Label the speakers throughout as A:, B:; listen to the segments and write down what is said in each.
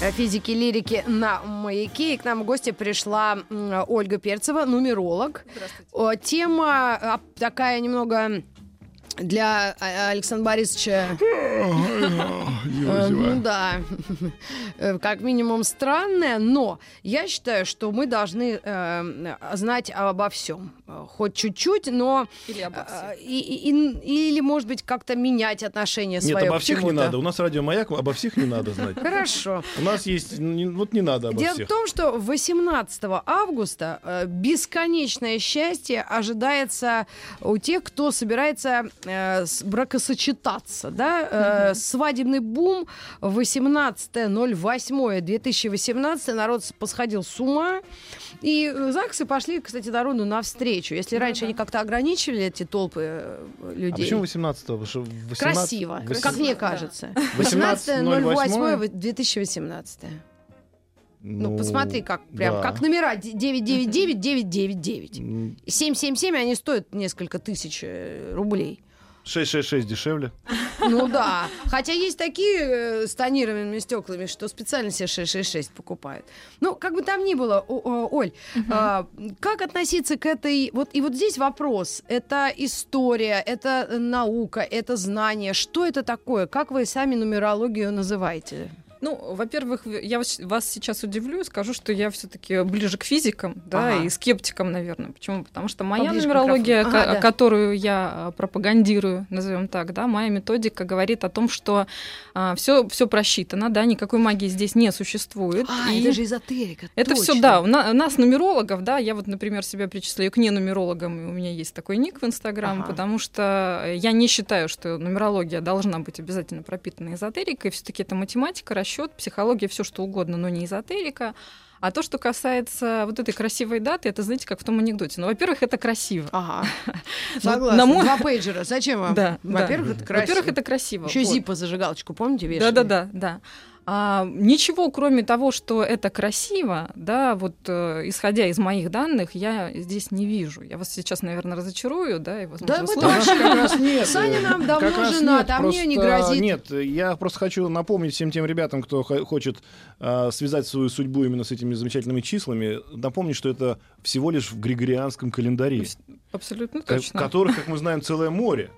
A: Э, физики лирики на маяке. И к нам в гости пришла м, Ольга Перцева, нумеролог. О, Тема а, такая немного для а, Александра Борисовича, э, ну да, э, как минимум странная, но я считаю, что мы должны э, знать обо всем, Э, хоть чуть-чуть, но
B: Или обо
A: а,
B: всех.
A: и- и- и- или может быть как-то менять отношение свое.
C: Нет, обо
A: к
C: всех не
A: чему-то.
C: надо. У нас радиомаяк, обо всех не надо знать.
A: Хорошо.
C: У нас есть, ну, не- вот не надо обо
A: Дело
C: всех.
A: в том, что 18 августа э, бесконечное счастье ожидается у тех, кто собирается э, с- бракосочетаться. Да? Э, свадебный бум 18.08.2018 народ с- посходил с ума. И э, ЗАГСы пошли, кстати, народу навстречу. Если раньше они как-то ограничивали эти толпы э,
C: А
A: людей.
C: почему 18 Потому что 18
A: Красиво,
C: восем-
A: как мне
B: да.
A: кажется.
C: 18.08.
A: 18.08.2018. Ну, посмотри, как прям,
C: да.
A: как номера де- 999 999.
C: М,
A: 777, они стоят несколько тысяч э, рублей.
C: 666 дешевле.
A: Ну да. Хотя есть такие э, с тонированными стеклами, что специально себе 666 покупают. Ну, как бы там ни было, О- о, Оль, а, как относиться к этой... Вот, и вот здесь вопрос. Это история, это э, наука, это знание. Что это такое? Как вы сами нумерологию называете?
B: Ну, во-первых, в- я вас вас сейчас удивлю и скажу, что я все-таки ближе к физикам, да,
A: Ага.
B: и скептикам, наверное. Почему? Потому что моя
A: Поближе к
B: нумерология,
A: микрофону. Ага,
B: ко-
A: да.
B: которую я а, пропагандирую, назовем так, да, моя методика говорит о том, что все, все просчитано, да, никакой магии здесь не существует.
A: А,
B: И-
A: это же эзотерика.
B: Это все,
A: точно.
B: да. У на- у нас нумерологов, да, я вот, например, себя причисляю к ненумерологам, и у меня есть такой ник в Инстаграм,
A: Ага.
B: потому что я не считаю, что нумерология должна быть обязательно пропитана эзотерикой. Все-таки это математика, расчет, психология, все что угодно, но не эзотерика. А то, что касается вот этой красивой даты, это, знаете, как в том анекдоте. Ну, во-первых, это красиво.
A: Ага.
B: Ну,
A: Согласна.
B: на мой-
A: Два пейджера. Зачем вам?
B: Да, да.
A: Во-первых, это красиво.
B: Во-первых, это красиво.
A: Еще
B: Вот.
A: зипа зажигалочку, помните, вешали?
B: Да, да, да, да. А, ничего, кроме того, что это красиво, да, вот э, исходя из моих данных, я здесь не вижу. Я вас сейчас, наверное, разочарую, да, и возможно,
A: Да, мы
B: услышите.
A: тоже
C: как раз нет.
A: Саня нам
C: Как
A: давно
C: раз
A: женат,
C: нет,
A: а мне не
C: просто
A: грозит.
C: Нет, я просто хочу напомнить всем тем ребятам, кто хо- хочет а, связать свою судьбу именно с этими замечательными числами, напомнить, что это всего лишь в григорианском
A: Ну,
C: календаре,
A: Э,
B: абсолютно
C: ко-
B: точно.
C: которых, как мы знаем, целое море.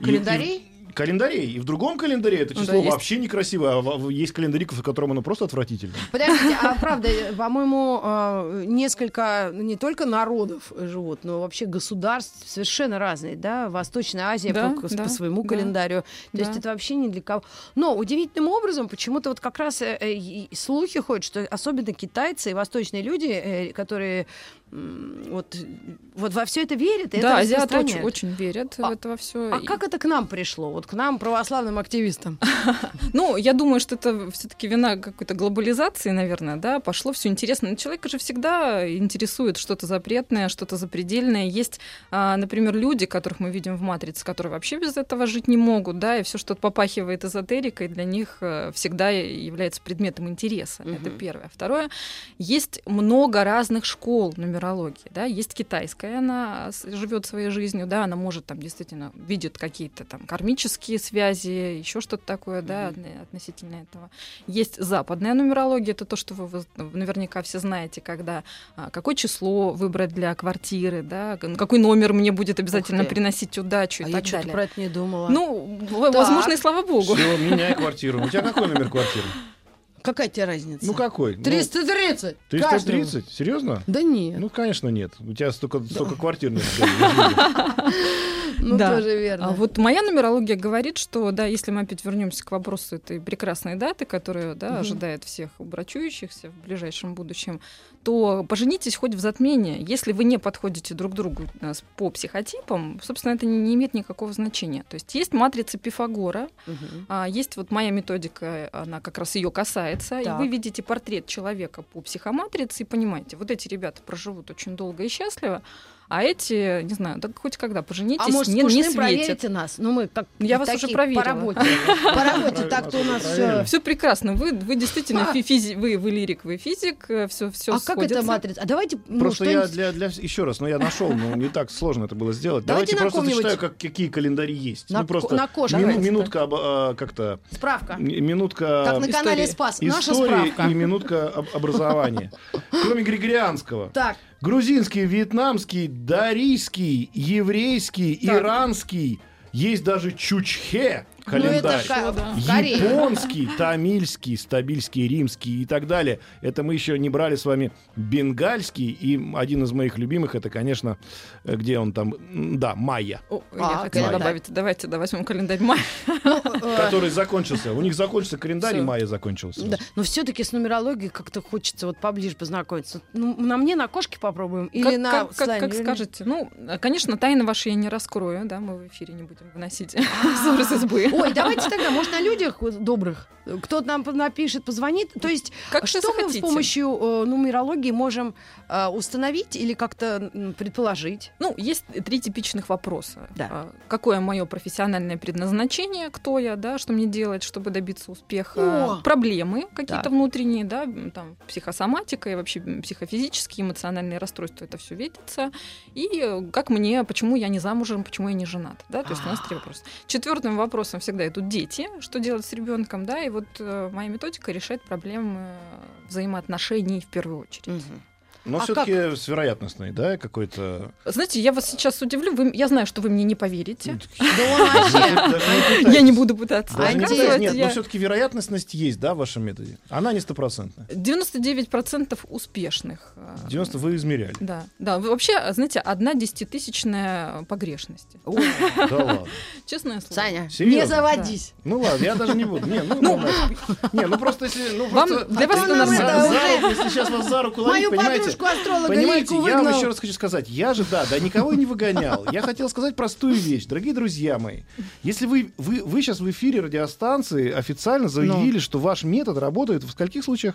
C: И-
A: Календарей?
C: и в- Календарей. И в другом календаре это
B: Ну
C: число
B: да, есть.
C: вообще некрасивое, а в- в- есть календарик, в котором оно просто отвратительно.
A: Подождите, а правда, э, по-моему, э, несколько, не только народов живут, но вообще государств совершенно разные, да? Восточная Азия
B: Да,
A: по,
B: да,
A: по своему
B: да,
A: календарю. То есть
B: да.
A: это вообще ни для кого. Но удивительным образом почему-то вот как раз э, э, и слухи ходят, что особенно китайцы и восточные люди, э, которые м, вот, вот во все это верят, и это
B: да, азиаты очень,
A: распространяют.
B: очень верят
A: А-
B: в это во все.
A: А как это к нам пришло? Вот к нам, православным активистам.
B: Ну, я думаю, что это все-таки вина какой-то глобализации, наверное, да, пошло все интересно. Но человека же всегда интересует что-то запретное, что-то запредельное. Есть, а, например, люди, которых мы видим в «Матрице», которые вообще без этого жить не могут, да, и все, что попахивает эзотерикой, для них э, всегда является предметом интереса.
A: Мгм.
B: Это первое. Второе, есть много разных школ нумерологии, да, есть китайская, она живет своей жизнью, да, она может там действительно видит какие-то там кармические связи, еще что-то такое, да, отне- относительно этого. Есть западная нумерология, это то, что вы воз- наверняка все знаете, когда а, какое число выбрать для квартиры, да, г- ну, какой номер мне будет обязательно
A: ты.
B: приносить удачу
A: А
B: и
A: я
B: так
A: что-то
B: далее.
A: про это не думала.
B: Ну, в- возможно, и слава богу.
C: Все, меняй квартиру. У тебя какой номер квартиры?
A: какая тебе разница?
C: Ну какой? Ну,
A: 330. каждому.
C: 330? Серьезно?
A: Да нет.
C: Ну, конечно, нет. У тебя столько, столько квартир нет.
A: Ну,
B: Да.
A: тоже верно.
B: А вот моя нумерология говорит, что да, если мы опять вернемся к вопросу этой прекрасной даты, которая да,
A: Мгм.
B: ожидает всех брачующихся в ближайшем будущем, то поженитесь хоть в затмении. Если вы не подходите друг другу э, с- по психотипам, собственно, это не, не имеет никакого значения. То есть есть матрица Пифагора,
A: Мгм.
B: а, есть вот моя методика, она как раз ее касается, и
A: Так.
B: вы видите портрет человека по психоматрице и понимаете, вот эти ребята проживут очень долго и счастливо, А эти, не знаю, так хоть когда поженитесь,
A: А может,
B: не,
A: скучным
B: не светит.
A: проверите нас? Ну, мы как
B: Я вас
A: такие,
B: уже проверила.
A: По работе. По работе
C: Правильно,
A: так-то у нас
C: проверили.
A: все...
B: Все прекрасно. Вы, вы действительно фи- физи- вы, вы лирик, вы физик, все, все
A: А как это матрица? А давайте... ну,
C: Просто я
A: что-нибудь-
C: для, для... Еще раз, но я нашел, но не так сложно это было сделать.
A: Давайте
C: Давайте,
A: на
C: просто
A: ком-нибудь.
C: зачитаю, как, какие календари есть.
A: На
C: ну, просто
A: ко- на кошке.
C: мину-
A: Давайте,
C: минутка об- а, как-то...
A: Справка.
C: ми- Минутка...
A: Как на канале
B: истории.
A: Спас. Наша
C: истории
A: справка.
C: и минутка об- образования. Кроме григорианского.
A: Так,
C: Грузинский, вьетнамский, дарийский, еврейский,
A: Так.
C: иранский. Есть даже чучхе
A: ну это
C: календарь.
A: ка-
B: да.
A: в Корее.
C: Японский, тамильский, стабильский, римский и так далее. Это мы еще не брали с вами бенгальский. И один из моих любимых, это, конечно, э, где он там, м, да, майя,
B: О, я
A: А,
B: хотела
A: календарь.
B: добавить, давайте да, возьмем календарь мая.
A: Э,
C: который закончился. У них закончился календарь, и
B: Всё.
C: майя закончился.
A: Да, Но все-таки с нумерологией как-то хочется вот поближе познакомиться. Ну, на мне на кошке попробуем или
B: как,
A: на
B: как- как-
A: слоне,
B: как
A: или-
B: скажете? Ну, э, конечно, тайны ваши я не раскрою, да, мы в эфире не будем выносить ссоры с избы.
A: Ой, давайте тогда, может, на людях вот добрых. Кто-то нам напишет, позвонит. То есть,
B: Как
A: что
B: же
A: мы с
B: захотите.
A: помощью э, нумерологии можем э, установить или как-то м, предположить?
B: Ну, есть три типичных вопроса.
A: Да.
B: А, Какое мое профессиональное предназначение, кто я, да, что мне делать, чтобы добиться успеха,
A: О!
B: проблемы какие-то
A: Так.
B: внутренние, да, м, там психосоматика и вообще м, психофизические, эмоциональные расстройства, это все видится. И э, как мне, почему я не замужем, почему я не женат, да, то есть у нас
A: А.
B: три вопроса. Четвертым вопросом всегда идут дети, что делать с ребенком, да, и вот э, моя методика решает проблемы э, взаимоотношений в первую очередь.
C: Но
A: А
C: все-таки с вероятностной, да, какой-то...
B: Знаете, я вас сейчас удивлю, вы- я знаю, что вы мне не поверите.
A: Да он вообще...
C: Даже не
B: Я не
C: пытайтесь.
B: буду пытаться
C: Даже не
A: Антей,
C: пытайтесь.
B: доказывать.
C: Нет,
B: я-
C: но все-таки вероятностность есть, да, в вашем методе? Она не стопроцентная.
B: 99% успешных. э,
C: 90 вы измеряли.
B: Да, да. Вы Вообще, знаете, одна десятитысячная погрешность.
A: Ой,
C: Да ладно.
B: Честное слово.
A: Саня, не
C: Серьезно?
A: заводись.
C: Ну ладно, я даже не буду. Не, ну,
B: Ну.
C: ладно. не, ну просто если... Ну,
B: Вам-
C: просто-
B: для вас
C: за-
B: это нормально.
C: за руку, если сейчас вас за руку ловить,
A: Мою
C: понимаете?
A: подружку астролога
C: Понимаете,
A: Лику
C: я вам
A: выгнал.
C: еще раз хочу сказать, я же, да, да, никого и не выгонял. Я хотел сказать простую вещь, дорогие друзья мои. Если вы, вы, вы сейчас в эфире радиостанции
B: Ну.
C: официально заявили, что ваш метод работает в скольких случаях?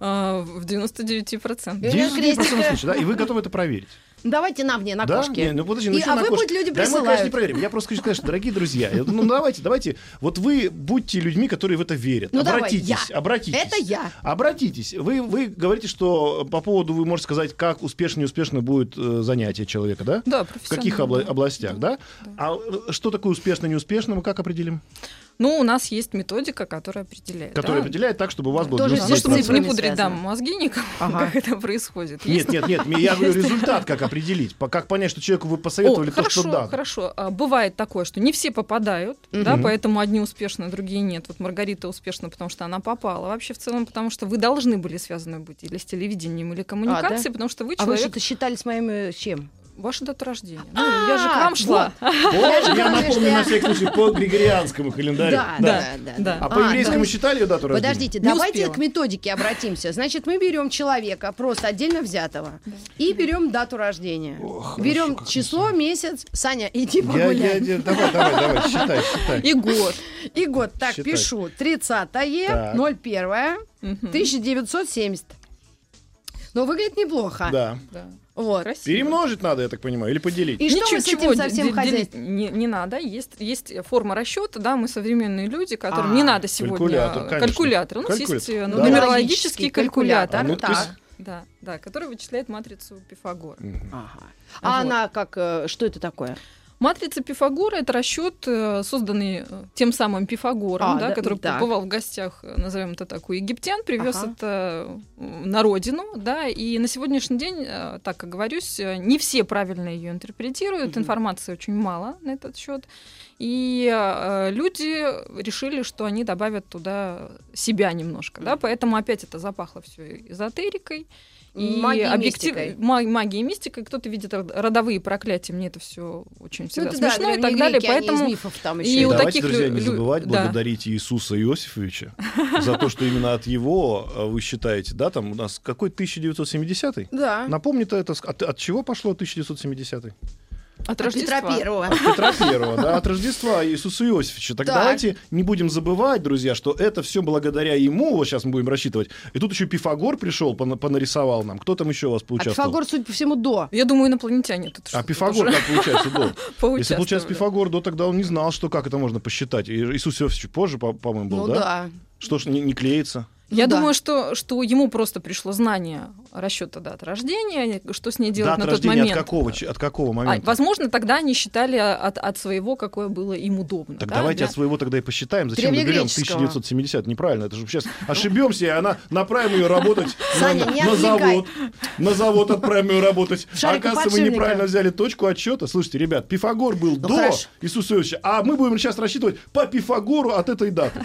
B: А, В 99%.
A: Э,
C: 99%
A: крестика.
C: случаев, да, и вы готовы это проверить.
A: Давайте на мне, на
C: да?
A: кошке.
C: Не, ну, подожди, ну,
A: И-
C: чё
A: а
C: на
A: вы
C: кошке?
A: пусть люди
C: Да, мы, конечно, не
A: присылают.
C: проверим. Я просто хочу сказать, что, дорогие друзья, я- ну давайте, давайте. Вот вы будьте людьми, которые в это верят.
A: Ну, давай,
C: обратитесь,
A: я.
C: обратитесь.
A: Это я.
C: Обратитесь. Вы, вы говорите, что по поводу, вы можете сказать, как успешно и успешно будет э, занятие человека, да?
B: Да,
C: В каких обла-
B: профессионально.
C: областях, да? А э, что такое успешно и неуспешно, мы как определим?
B: Ну, у нас есть методика, которая определяет.
C: Которая
B: да.
C: определяет так, чтобы у вас было
A: Тоже
B: Ну,
A: здесь
C: 99%.
B: чтобы не
A: цифрами
B: пудрить
A: связано.
B: дам мозги никому,
A: Ага.
B: как это происходит.
C: Нет,
B: Есть-
C: нет, нет, я говорю результат, как определить, По- как понять, что человеку вы
B: О,
C: посоветовали то,
B: хорошо,
C: что да.
B: хорошо. А, бывает такое, что не все попадают, да, поэтому одни успешно, другие нет. Вот Маргарита успешна, потому что она попала. Вообще в целом, потому что вы должны были связаны быть или с телевидением, или коммуникацией, потому что вы
A: А вы
B: человек
A: что-то считали с моим э, чем?
B: Ваша дата рождения. Ну, я же к вам
A: А,
B: шла.
C: О, Я
A: говорю, что
C: напомню
A: я-
C: на всякий случай по григорианскому календарю.
B: да.
C: А по
A: А,
C: еврейскому
A: да.
C: считали дату рождения?
A: Подождите,
B: Не
A: давайте
B: успела.
A: к методике обратимся. Значит, мы берем человека просто отдельно взятого и берем дату рождения. берем число, месяц. Саня, иди
C: Я,
A: погуляй.
C: я, я- давай, давай, давай, считай, считай.
B: И год.
A: И год. Так,
C: Считай.
A: пишу. 30
C: Так.
A: 01 1970. Но выглядит неплохо.
C: Да.
B: Да.
A: Вот.
B: Красиво.
C: Перемножить надо, я так понимаю, или поделить?
A: И что мы с этим
B: Ничего
A: со всем
B: де- де- делить
A: хозяйством?
B: не, не надо. Есть, есть форма расчета, да, мы современные люди, которым
A: А,
B: не надо сегодня
C: калькулятор, конечно.
B: калькулятор. У нас
C: Калькулятор,
B: есть э,
C: да.
B: нумерологический
A: калькулятор.
B: калькулятор,
C: А ну,
A: так.
C: ты
B: да, да, который вычисляет матрицу Пифагора.
A: Ага. А
B: Вот.
A: она как, э, что это такое?
B: Матрица Пифагора это расчет, э, созданный э, тем самым Пифагором,
A: А,
B: да,
A: да,
B: который
A: так.
B: побывал в гостях, назовем это так, у египтян, привез
A: Ага.
B: это э, на родину, да, и на сегодняшний день, э, так оговорюсь, э, не все правильно ее интерпретируют,
A: Мгм.
B: информации очень мало на этот счет, и э, люди решили, что они добавят туда себя немножко, да, поэтому опять это запахло все эзотерикой. И
A: Магией,
B: объектив...
A: мистикой.
B: ма- магией и мистикой. Кто-то видит род- родовые проклятия, мне это все очень всегда
A: Ну, это да,
B: смешно и
A: древние
B: так далее.
A: греки, они из
B: Поэтому
A: мифов там
B: и
A: еще.
B: И у
C: Давайте,
B: таких лю-
C: друзья, не
B: лю-
C: забывать
B: да.
C: благодарить Иисуса Иосифовича за то, что именно от его, э, вы считаете, да, там у нас какой 1970-й?
A: Да.
C: Напомни-то это, с- от, от чего пошло 1970-й?
B: От
A: От Петра
B: Рождества.
A: Первого.
C: Петра Первого, да, от Рождества Иисуса Иосифовича. Так,
A: Так.
C: давайте не будем забывать, друзья, что это все благодаря ему, вот сейчас мы будем рассчитывать. И тут еще Пифагор пришел, пона- понарисовал нам. Кто там еще у вас
A: А
C: поучаствовал?
A: Пифагор, судя по всему, до.
B: Я думаю, инопланетяне тут
C: А
B: что-то
C: Пифагор
B: тоже
C: как получается, до? Если
B: поучаствовали.
C: получается Пифагор, до, тогда он не знал, что как это можно посчитать. И Иисус Иосифович позже, по- по-моему, был,
A: Ну
C: да?
A: да.
C: Что ж не, не клеится?
B: Я
A: Ну да.
B: думаю, что, что ему просто пришло знание расчета дат рождения, что с ней делать
C: Дата
B: на тот
C: рождения
B: момент.
C: от какого, ч- от какого
B: А,
C: момента?
B: возможно, тогда они считали а, от, от своего, какое было им удобно.
C: Так
B: да,
C: давайте
B: для-
C: от своего тогда и посчитаем. Зачем мы берем
A: Древнегреческого.
C: 1970? Неправильно. Это же сейчас ошибемся, и она направим ее работать на-
A: Саня, не
C: на
A: отвлекай.
C: завод. На завод отправим ее работать. А
A: Шарика
C: Оказывается, мы
A: подшипника.
C: неправильно взяли точку отсчета. Слушайте, ребят, Пифагор
A: Ну,
C: был до
A: хорошо.
C: Иисуса Иосифовича, а мы будем сейчас рассчитывать по Пифагору от этой даты.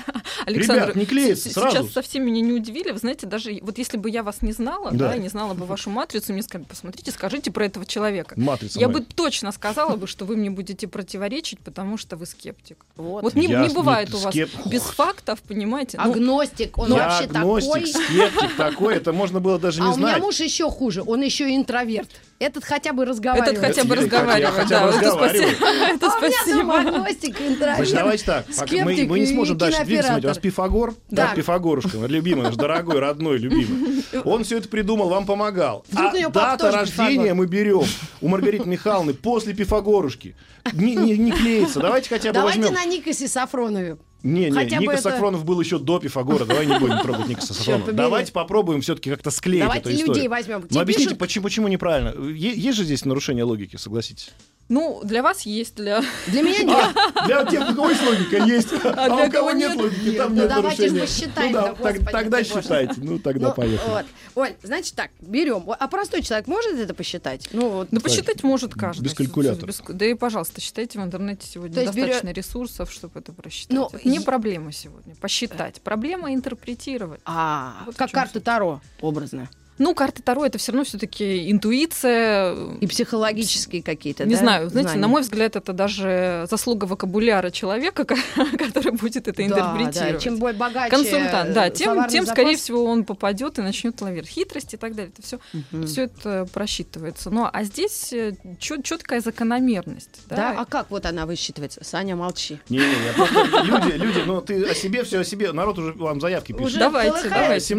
B: Александр,
C: Ребят, не клеится
B: с- с-
C: сразу.
B: Сейчас совсем меня не удивили. Вы знаете, даже вот если бы я вас не знала,
C: Да.
B: да, и не знала бы вашу матрицу, мне сказали, посмотрите, скажите про этого человека.
C: Матрица
B: Я
C: моя.
B: бы точно сказала бы, что вы мне будете противоречить, потому что вы скептик.
A: Вот. А
B: Вот не,
C: Я
B: не
C: с-
B: бывает
C: не-
B: у вас
C: скеп-
B: без фактов, понимаете? Ну,
A: Агностик, он
C: Я
A: вообще
C: агностик,
A: такой.
C: скептик такой, это можно было даже
A: А
C: не
A: у меня
C: знать.
A: муж еще хуже, он еще интроверт. Этот хотя бы разговаривает.
B: этот хотя бы
C: Я- я- я
B: разговаривает.
C: хотя бы
B: да, вот это спаси- Это
A: А у меня
B: спасибо.
A: дома агностик, интроверт.
C: Значит, давайте так. пока Мы, мы не
A: Скептик и
C: сможем дальше двигаться. Смотрите, у нас
A: кинооператор.
C: Пифагор. Да.
A: Да.
C: Пифагорушка, наш любимый, наш дорогой, родной, любимый. Он все это придумал, вам помогал.
A: Вдруг
C: а
A: у неё папа
C: дата
A: тоже
C: рождения
A: Пифагор.
C: мы берем у Маргариты Михайловны после Пифагорушки. Не, не- не клеится. Давайте хотя бы
A: Давайте
C: возьмем...
A: на Никосе Сафронове.
C: Не, не,
A: хотя бы
C: Ника
A: это-
C: Сафронов был еще до Пифагора. Давай не будем трогать Ника Сафронова.
A: побери.
C: Давайте попробуем все-таки как-то склеить
A: Давайте
C: эту историю.
A: людей возьмем.
C: Ну
A: Тебе
C: объясните,
A: пишут-
C: почему, почему неправильно? Е- есть же здесь нарушение логики, согласитесь?
B: Ну, для вас есть, для...
A: Для меня нет.
C: А, Для тех, у кого есть логика, есть. А,
B: для
C: у кого
B: кого
C: нет,
B: нет?
C: логики, там
A: Ну
C: нет
A: давайте же
C: нарушения.
A: посчитаем,
C: Ну да,
A: да,
C: так-
A: господи,
C: тогда
A: ты боже.
C: считайте. Ну, тогда
A: Ну,
C: поехали.
A: вот. Оль, значит так, берем. А простой человек может это посчитать? Ну, вот.
B: Да посчитать может каждый.
C: Без калькулятора.
B: Без- Да и, пожалуйста, считайте в интернете сегодня
A: То есть
B: достаточно ресурсов, чтобы это просчитать.
A: Ну,
B: это не
A: и- Э.
B: проблема сегодня. Посчитать. Проблема интерпретировать.
A: А,
B: Вот в
A: как
B: чём
A: карта Таро, образно.
B: Ну, карты Таро это все равно все-таки интуиция. э,
A: И психологические какие-то,
B: не
A: да,
B: знаю, знаете,
A: знания.
B: на мой взгляд, это даже заслуга вокабуляра человека, ко- который будет это
A: Да, да,
B: интерпретировать.
A: чем более богаче
B: Консультант, да,
A: э,
B: тем,
A: словарный
B: тем
A: запас.
B: скорее всего, он попадет и начнет ловить хитрости и так далее. Это все
A: Мгм.
B: все это просчитывается. Ну, а здесь четкая закономерность. Да?
A: Да, а как вот она высчитывается? Саня, молчи.
C: Не, не, не, просто люди, люди, ну ты о себе, все о себе. Народ уже вам заявки
A: Уже
C: пишет.
B: Давайте,
A: полыхает.
C: Давай,
B: давайте.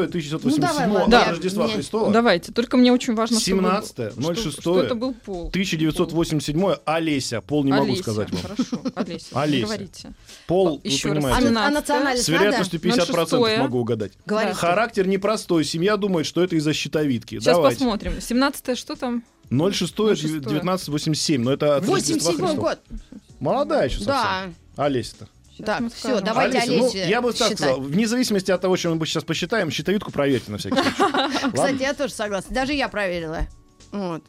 C: 17.06.1987
A: Ну, давай,
C: от
A: ладно, я-
C: Рождества
A: мне-
C: Христова.
B: Давайте. Только мне очень важно, чтобы-
C: 17.06.
B: что, что это был пол.
C: 1987 Олеся. Пол не могу
B: Олеся.
C: сказать вам.
B: Хорошо, Олеся, не
C: Олеся.
B: говорите.
C: Пол, вы
B: Еще раз.
A: А,
C: понимаете.
B: Семнадцатое.
A: на- а национальность
C: С
A: надо?
C: вероятностью 50%
B: шестое.
C: могу угадать.
A: Говори.
C: Характер непростой. Семья думает, что это из-за щитовидки.
B: Сейчас
C: Давайте.
B: посмотрим. 17 что там?
C: 06-1987, но Ну, это от Рождества
A: 87
C: Христова.
A: год.
C: Молодая еще совсем.
A: Да.
C: Олеся-то.
B: Сейчас
A: Так,
B: мы
A: всё,
B: скажем.
A: давайте
C: Олеся,
A: Олесю
C: ну, я бы так
A: считать.
C: сказал, вне зависимости от того, чем мы сейчас посчитаем, щитовидку проверьте на всякий случай.
A: Кстати, я тоже согласна. Даже я проверила. Вот.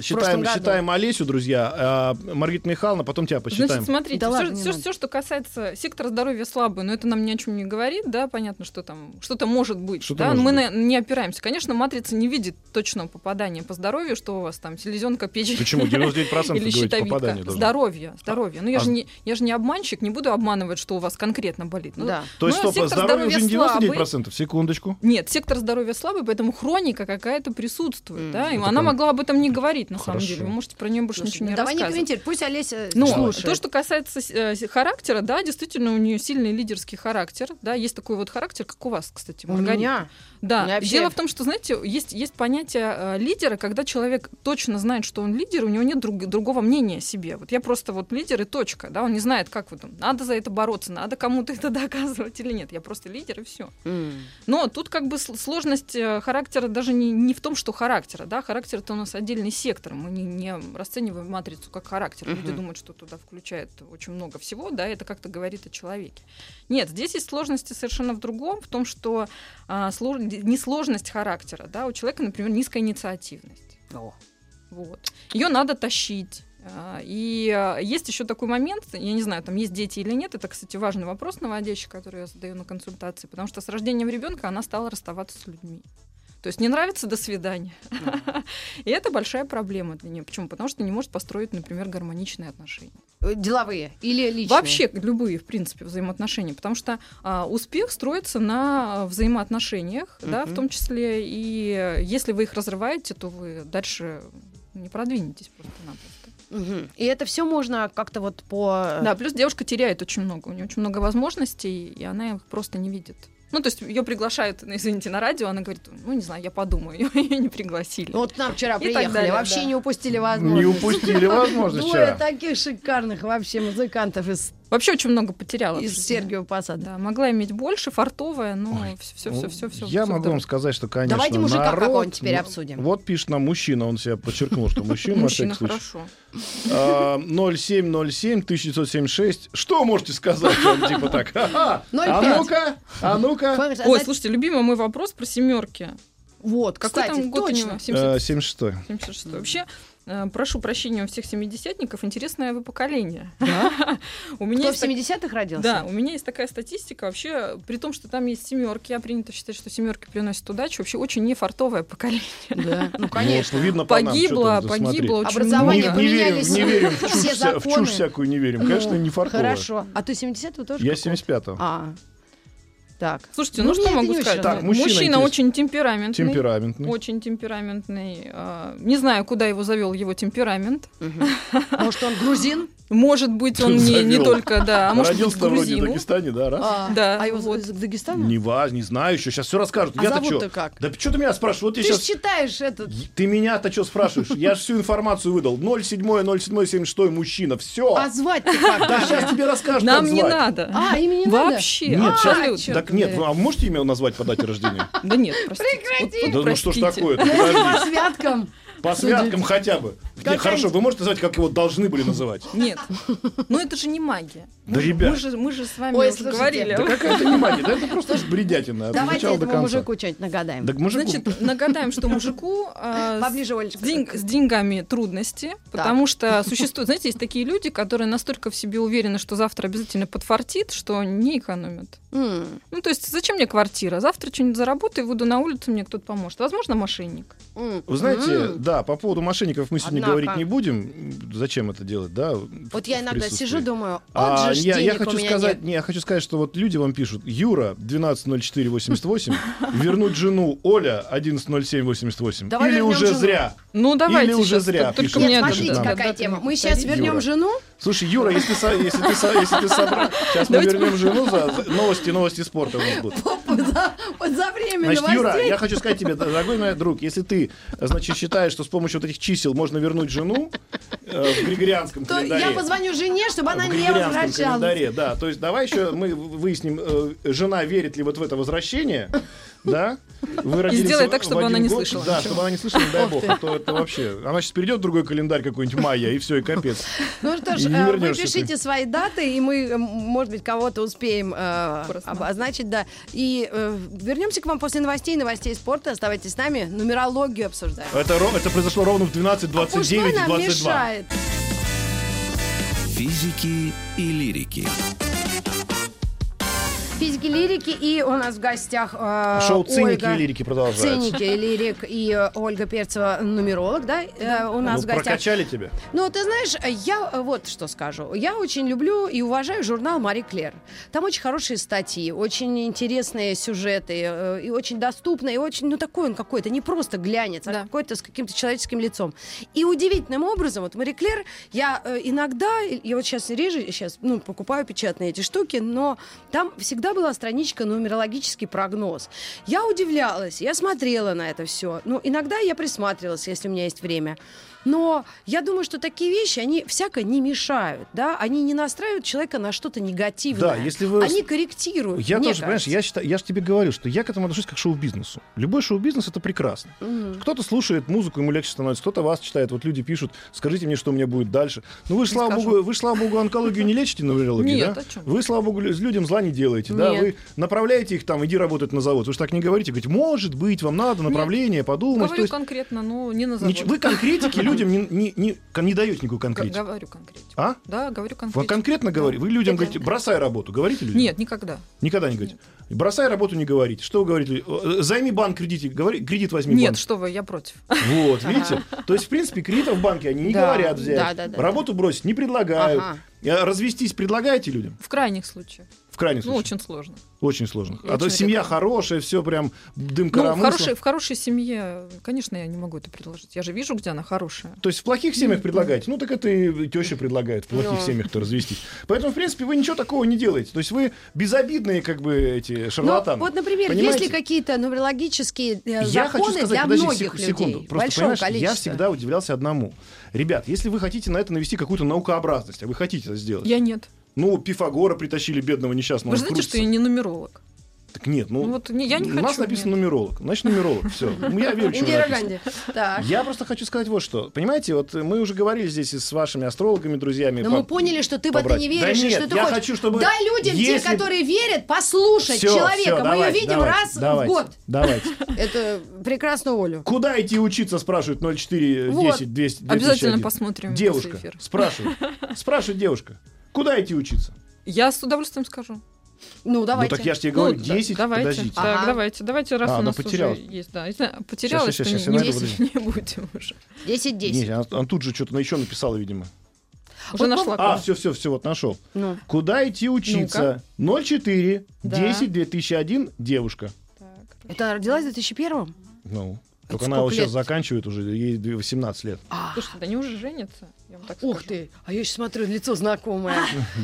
C: Считаем,
A: году.
C: считаем Олесю, друзья, а Маргарита Михайловна, потом тебя посчитаем.
B: Значит, смотрите,
A: Да ладно, не
B: все,
A: надо.
B: что касается сектора здоровья слабый, но это нам ни о чем не говорит, да, понятно, что там что-то может быть,
C: Что-то
B: да,
C: может
B: мы
C: быть.
B: на- не опираемся. Конечно, матрица не видит точного попадания по здоровью, что у вас там селезенка, печень.
C: Почему? 99%
B: Или
C: говорите, попадание
B: щитовидка.
C: должно.
B: Здоровье, здоровье. Ну я
C: А-
B: же не, я же не обманщик, не буду обманывать, что у вас конкретно болит. Ну,
A: Да.
C: То есть,
B: ну,
C: стоп,
B: сектор
C: здоровье уже не
B: здоровья
C: 99%, секундочку.
B: Нет, сектор здоровья слабый, поэтому хроника какая-то присутствует,
A: М.
B: да, и
C: Ну,
B: она
C: так он-
B: могла об этом не говорить, на самом
C: Хорошо.
B: деле. Вы можете про нее больше
A: Слушай,
B: ничего
A: ну
B: не
A: давай не
B: рассказывать.
A: комментируй, пусть Олеся
B: Ну,
A: слушает.
B: то, что касается э, с- характера, да, действительно, у нее сильный лидерский характер, да, есть такой вот характер, как у вас, кстати,
A: у
B: Маргарита.
A: меня
B: Да.
A: У меня вообще-
B: Дело в том, что, знаете, есть, есть понятие э, лидера, когда человек точно знает, что он лидер, у него нет друг- другого мнения о себе. Вот я просто вот лидер и точка, да, он не знает, как вот там, надо за это бороться, надо кому-то это доказывать или нет. Я просто лидер и все.
A: М.
B: Но тут как бы сл- сложность э, характера даже не, не в том, что характера, да, характер это у нас отдельный сектор, мы не, не расцениваем матрицу как характер, люди
A: Мгм.
B: думают, что туда включает очень много всего, да, это как-то говорит о человеке. Нет, здесь есть сложности совершенно в другом, в том, что а, слож- не сложность характера, да, у человека, например, низкая инициативность. Вот. Ее надо тащить. А, И а, есть еще такой момент, я не знаю, там есть дети или нет, это, кстати, важный вопрос наводящий, который я задаю на консультации, потому что с рождением ребенка она стала расставаться с людьми. То есть не нравится до свидания. И это большая проблема для нее. Почему? Потому что не может построить, например, гармоничные отношения.
A: Э, Деловые или личные?
B: Вообще любые, в принципе, взаимоотношения, потому что а, успех строится на а, взаимоотношениях, да, в
A: Мгм.
B: том числе и э, если вы их разрываете, то вы дальше не продвинетесь просто-напросто.
A: Мгм. И это все можно как-то вот по...
B: Да, плюс девушка теряет очень много, у нее очень много возможностей, и она их просто не видит. Ну, то есть ее приглашают, ну, извините, на радио, она говорит, ну, не знаю, я подумаю, ее не пригласили.
A: Вот к нам вчера
B: так
A: приехали,
B: далее,
A: вообще
B: да.
A: не упустили
C: Не
A: возможность.
C: упустили возможность
A: Двое
C: вчера.
A: таких шикарных вообще музыкантов из,
B: Вообще очень много потеряла.
A: из
B: жизни.
A: Сергиева Посада.
B: Да, могла иметь больше, фартовая, но все, все, все, все.
C: ну, Я могу вам сказать, что, конечно,
A: Давайте мужика
C: народ- ну,
A: какого-нибудь теперь обсудим.
C: Вот пишет нам мужчина, он себя подчеркнул, что мужчина, на
B: Мужчина,
C: всякий случай.
B: хорошо.
C: А, 0707-1976. Что можете сказать? Он типа так. «Ха-ха, А
A: 05.
C: ну-ка, а ну-ка.
A: Факт, а
B: Ой,
A: знаете-
B: слушайте, любимый мой вопрос про семерки.
A: вот,
B: Какой
A: кстати,
B: там год у
A: точно.
B: него?
C: Э,
B: 70,
C: 76
B: 76. Вообще, э, прошу прощения у всех семидесятников, интересное вы поколение. У меня
A: Кто в
B: есть так-
A: 70-х родился?
B: Да, у меня есть такая статистика. Вообще, при том, что там есть семерки, а принято считать, что семерки приносят удачу, вообще очень нефартовое поколение.
A: Да, ну конечно.
C: Ну, видно по нам,
B: Погибло,
C: что тут смотреть.
B: погибло очень
A: Образование
B: много.
C: Не, не верим,
A: поменялись
C: не верим в
A: все
C: чушь, вся- в чушь
A: законы.
C: всякую не верим. Конечно,
A: Ну,
C: не фартовое.
A: Хорошо. А ты 70-го тоже?
C: Я
A: какого?
C: 75-го.
A: А, так.
B: Слушайте,
A: Ну,
B: ну,
A: мне
B: что
A: это
B: могу
A: не
B: сказать?
A: очень Так,
B: Ну,
C: мужчина интересен.
B: очень
A: ну,
B: темпераментный.
C: Темпераментный.
B: Очень темпераментный. А, Не знаю, куда его завел его темперамент.
A: Мгм. А Может, он грузин?
B: Может быть, он не, не
C: Завёл.
B: только, да, а может быть,
C: Родился вроде в
B: грузину.
C: Дагестане, да, раз.
B: Да,
A: А его
B: вот.
A: из Дагестана?
C: Не важно, не знаю еще. Сейчас все расскажут.
A: А
C: Я-то
A: зовут-то
C: что?
A: как?
C: Да что ты меня спрашиваешь? Вот я
A: Ты же
C: сейчас
A: читаешь этот...
C: Ты меня-то что спрашиваешь? Я же всю информацию выдал. 07-07-76 мужчина. Все.
A: А звать-то как?
C: Да сейчас тебе расскажут,
B: Нам
C: как
B: не
C: звать.
B: надо.
A: А, имени не надо?
B: Вообще.
C: Нет,
B: абсолютно.
C: щас-
A: чёрт
C: Так нет,
A: побери.
C: вы- а можете имя назвать по дате рождения?
B: Да нет, простите.
A: Прекрати.
B: Вот тут
C: Да ну что ж
B: простите.
C: такое
A: По
C: подожди.
A: святкам.
C: По святкам хотя бы.
A: Какая-
C: Нет, хорошо, вы можете назвать, как его должны были называть?
B: Нет. Ну это же не магия.
C: Да,
B: мы, же-
C: ребят.
B: Мы же, мы же с вами
A: Ой,
B: уже
A: слушайте,
B: говорили.
C: Да какая это не магия, да это просто бредятина. от
A: Давайте
C: начала до
A: этому
C: конца.
A: мужику что-нибудь нагадаем.
C: Так мужику...
B: Значит, нагадаем, что мужику э, с,
A: Поближе, Олечка.
B: с день- с деньгами трудности, потому что существует, знаете, есть такие люди, которые настолько в себе уверены, что завтра обязательно подфартит, что не экономят.
A: М,
B: Ну, то есть, зачем мне квартира? Завтра что-нибудь заработаю, выйду на улицу, мне кто-то поможет. Возможно, мошенник.
A: м,
C: Вы знаете,
A: м.
C: да, по поводу мошенников мы сегодня
A: Однако.
C: говорить не будем. Зачем это делать, да? в-
A: Вот я
C: в
A: иногда
C: присутствии.
A: сижу, думаю, вот
C: А,
A: же ж
C: я, я
A: денег у
C: хочу
A: меня
C: сказать,
A: нет.
C: не, я хочу сказать, что вот люди вам пишут: Юра 12.04.88, вернуть жену Оля 11.07.88.
A: Давай
C: Или
A: вернем
C: уже
A: жену.
C: зря.
B: Ну, давайте
C: уже
B: щас,
C: зря
B: тут только
C: пишут.
B: мне
A: Нет,
C: Нет,
B: это
A: смотрите,
B: надо.
C: да.
A: какая
B: Да,
A: тема.
B: да,
A: Мы
B: да.
A: сейчас
C: Юра.
A: вернем жену.
C: Слушай, Юра, если, со- если ты, со- если ты собрал, сейчас мы
B: Давайте
C: вернем жену за за- новости, новости спорта у нас будут.
A: За, вот за время
C: Значит,
A: новостей.
C: Юра, я хочу сказать тебе, дорогой мой друг, если ты, значит, считаешь, что с помощью вот этих чисел можно вернуть жену э, в григорианском
A: то
C: календаре.
A: я позвоню жене, чтобы она
C: в
A: не
C: григорианском
A: возвращалась.
C: календаре, да. То есть давай еще мы выясним, э, жена верит ли вот в это возвращение, да? Вы родились
B: сделай
C: в-
B: так,
C: в
B: чтобы
C: один
B: она не
C: год.
B: слышала
C: Да,
B: ничего.
C: чтобы она не слышала, не дай бог. а то это вообще... Она сейчас перейдет в другой календарь какой-нибудь майя, и все, и капец.
A: Ну что ж,
C: И не
A: э, вы
C: вернешься ты.
A: пишите свои даты, и мы, э, может быть, кого-то успеем э,
B: Просто.
A: обозначить, да. И э, вернемся к вам после новостей, новостей спорта. Оставайтесь с нами, нумерологию обсуждаем.
C: Это, ро- это произошло ровно в 12,
A: Уж что
C: 29 и
A: нам
C: 22.
A: мешает?
D: Физики и лирики.
A: Физики лирики, и у нас в гостях э,
C: Шоу «Циники
A: Ольга-
C: и лирики» продолжается.
A: Циники, лирик и э, Ольга Перцева, нумеролог, да, э, у нас
C: Ну,
A: в гостях.
C: прокачали тебя.
A: Ну, ты знаешь, я э, вот что скажу. Я очень люблю и уважаю журнал «Мари Клер». Там очень хорошие статьи, очень интересные сюжеты, э, и очень доступные, и очень, ну, такой он какой-то, не просто глянец, а
B: Да.
A: какой-то с каким-то человеческим лицом. И удивительным образом, вот «Мари Клер», я э, иногда, я вот сейчас реже, сейчас, ну, покупаю печатные эти штуки, но там всегда была страничка «Нумерологический прогноз». Я удивлялась, я смотрела на это все. Ну, иногда я присматривалась, если у меня есть время. Но я думаю, что такие вещи, они всяко не мешают, да? Они не настраивают человека на что-то негативное.
C: Да, если вы-
A: Они корректируют,
C: Я
A: мне
C: тоже, понимаешь,
A: кажется.
C: я, считаю, я же тебе говорю, что я к этому отношусь как к шоу-бизнесу. Любой шоу-бизнес — это прекрасно.
A: Мгм.
C: Кто-то слушает музыку, ему легче становится, кто-то вас читает. Вот люди пишут, скажите мне, что у меня будет дальше. Ну вы, ж, слава
A: скажу.
C: богу, вы ж, слава богу, онкологию не лечите на
B: Нет,
C: да?
B: о чем?
C: Вы, слава богу, лю- людям зла не делаете, да?
A: Нет.
C: Вы направляете их там, иди работать на завод. Вы же так не говорите. Говорите, может быть, вам надо направление, подумать.
B: Говорю
C: То есть
B: конкретно, но не на
C: нич-
B: завод.
C: вы конкретики людям не, не, не- кон- не даете никакую
B: Г-
C: конкретику.
B: Говорю конкретно.
C: А?
B: Да, говорю
C: Вы
B: конкретно.
C: конкретно говорите. Вы людям
A: Это-
C: говорите, бросай работу. Говорите людям?
B: Нет, никогда.
C: Никогда не говорите. Бросай работу, не говорите. Что вы говорите? Э, Займи банк кредит. Говори, кредит возьми в
B: Нет,
C: банке.
B: что вы, я против.
C: Вот, видите? То есть, в принципе, кредита в банке они не
A: Да,
C: говорят взять.
A: да, да, да,
C: Работу бросить не предлагают.
A: Ага.
C: Э, Развестись предлагаете людям?
B: В крайних случаях.
C: В крайнем
B: Ну,
C: случае.
B: очень сложно.
C: Очень сложно.
B: очень
C: а то семья
B: редко.
C: хорошая, все прям дым
B: Ну, в
C: коромыслом.
B: хорошей, в хорошей семье, конечно, я не могу это предложить. Я же вижу, где она хорошая.
C: То есть в плохих семьях предлагаете. Ну, так это и теща предлагает в плохих
A: Ну.
C: семьях-то развестись. Поэтому, в принципе, вы ничего такого не делаете. То есть вы безобидные, как бы, эти шарлатаны.
A: Ну, вот, например,
C: Понимаете?
A: есть ли какие-то нумерологические э,
C: Я хочу
A: законы
C: сказать,
A: для
C: подожди,
A: многих
C: сек-
A: людей?
C: секунду. Просто,
A: большого
C: понимаешь,
A: количества.
C: я всегда удивлялся одному. Ребят, если вы хотите на это навести какую-то наукообразность, а вы хотите это сделать.
B: Я нет.
C: Ну, Пифагора притащили бедного несчастного.
B: Вы
C: он
B: же знаете,
C: ну, крутится.
B: что я не нумеролог.
C: Так нет, ну...
B: Ну, вот не- я не
C: у
B: хочу.
C: нас написано
B: нет.
C: нумеролог. Значит, нумеролог. Все. Я верю, чему
A: Индира а
C: написано.
A: Ганди. Так.
C: Я просто хочу сказать вот что. Понимаете, вот мы уже говорили здесь и с вашими астрологами, друзьями.
A: Но
C: по-
A: мы поняли, что ты в это
C: побратьям.
A: не
C: Да
A: веришь, и
C: нет,
A: что ты
C: я
A: хочешь.
C: хочу, чтобы...
A: Дай людям,
C: если-
A: те, которые верят, послушать
C: Всё,
A: человека.
C: всё,
A: мы
C: давайте,
A: ее видим
C: давайте,
A: раз
C: давайте,
A: в год.
C: Давайте.
A: Это прекрасно, Олю.
C: Куда идти учиться, спрашивают 04
A: Вот.
C: 10 200
B: Обязательно
C: 2001.
B: посмотрим после
C: Девушка,
B: эфира.
C: спрашивает. Спрашивает девушка. Куда идти учиться?
B: Я с удовольствием скажу.
A: Ну, давайте.
C: Ну так я же тебе говорю,
B: Ну, да,
C: 10,
B: давайте.
C: подождите.
B: Так,
A: Ага.
B: давайте, давайте, раз
C: А,
B: у
C: она
B: нас
C: потерялась.
B: уже есть. Да, если потерялась,
C: щас,
B: то не-
C: щас, щас,
B: не,
C: надо
B: не будем уже.
C: Не,
A: 10-10.
C: она, она тут же что-то еще написала, видимо.
B: Уже
A: Вот,
B: нашла.
C: А,
B: кого.
C: все, все, все, вот нашел.
A: Ну.
C: Куда идти учиться? 04
B: Да.
C: 10 2001 девушка.
B: Так.
A: Это родилась в 2001-м?
C: Ну,
A: Это
C: только она
A: сколько
C: вот сейчас
A: лет?
C: заканчивает уже, ей 18 лет.
A: А,
B: Слушайте, да они уже женятся, я вам так
A: ух
B: скажу.
A: ты. А я еще смотрю, лицо знакомое.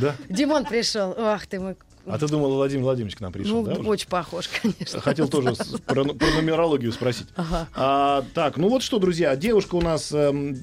C: Да?
A: Димон пришел. Ах ты мой.
C: А ты думала, Владимир Владимирович к нам пришел,
A: Ну,
C: да? уже?
A: очень похож, конечно.
C: Хотел тоже с- про, про нумерологию спросить.
A: Ага.
C: А, так, ну вот что, друзья, девушка у нас эм,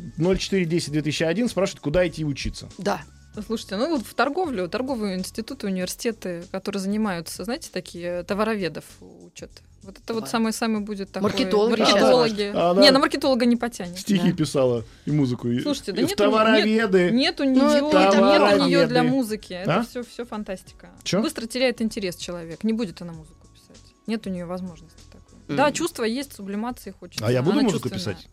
C: 0410-2001 спрашивает, куда идти учиться.
A: Да.
B: Слушайте, ну вот в торговлю, торговые институты, университеты, которые занимаются, знаете, такие э, товароведов учат. Вот это вот
A: Да.
B: самое-самое будет такое.
A: Маркетологи сейчас.
B: Маркетологи.
C: А, да.
B: Не, на маркетолога не потянет.
C: Стихи писала и музыку. и-
B: Слушайте, да
C: и
B: нет,
C: в
B: нет.
C: товароведы.
B: Нет у
A: Ну,
B: нее,
A: это
B: нет у нее
C: товароведы.
B: для музыки. Это
C: А?
B: все, все фантастика.
C: Чё?
B: Быстро теряет интерес человек. Не будет она музыку писать. Нет у нее возможности такой.
A: Мгм.
B: Да, чувство есть, сублимации хочется.
C: А я буду
B: Она
C: музыку
B: чувственная.
C: писать?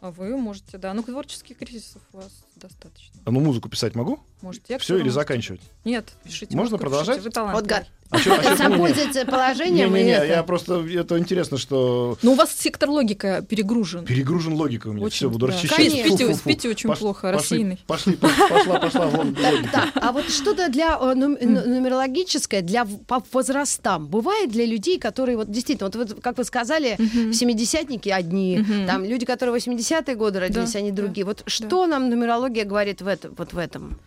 B: А вы можете, да. Ну, творческих кризисов у вас достаточно.
C: А ну музыку писать могу?
B: Можете.
C: Все или заканчивать?
B: Нет, пишите.
C: Можно
B: музыку,
C: продолжать?
B: пишите, вы талантливый.
A: Вот гад.
C: А чё- а чё-
A: Сам
C: не-не.
A: пользуется положением и
C: Не-не-не,
A: это.
C: я просто, это интересно, что
B: Но Ну, у вас сектор логика перегружен.
C: перегружен логика у меня.
B: Очень,
C: Все, буду
B: да.
C: расчищать.
A: Конечно.
C: Фу-фу-фу.
B: Спите- спите очень плохо, рассеянный.
C: Пошли, пошли, пошла, пошла вон логика.
A: Так, а вот что-то для э, нум- ну- нумерологическое, для в- по возрастам, бывает для людей, которые вот действительно, вот, вы- как вы сказали,
B: Мгм.
A: семидесятники одни,
B: Мгм.
A: там люди, которые 80-е годы родились,
B: Да,
A: они
B: да,
A: другие. Вот что нам нумерология говорит в этом, вот в этом?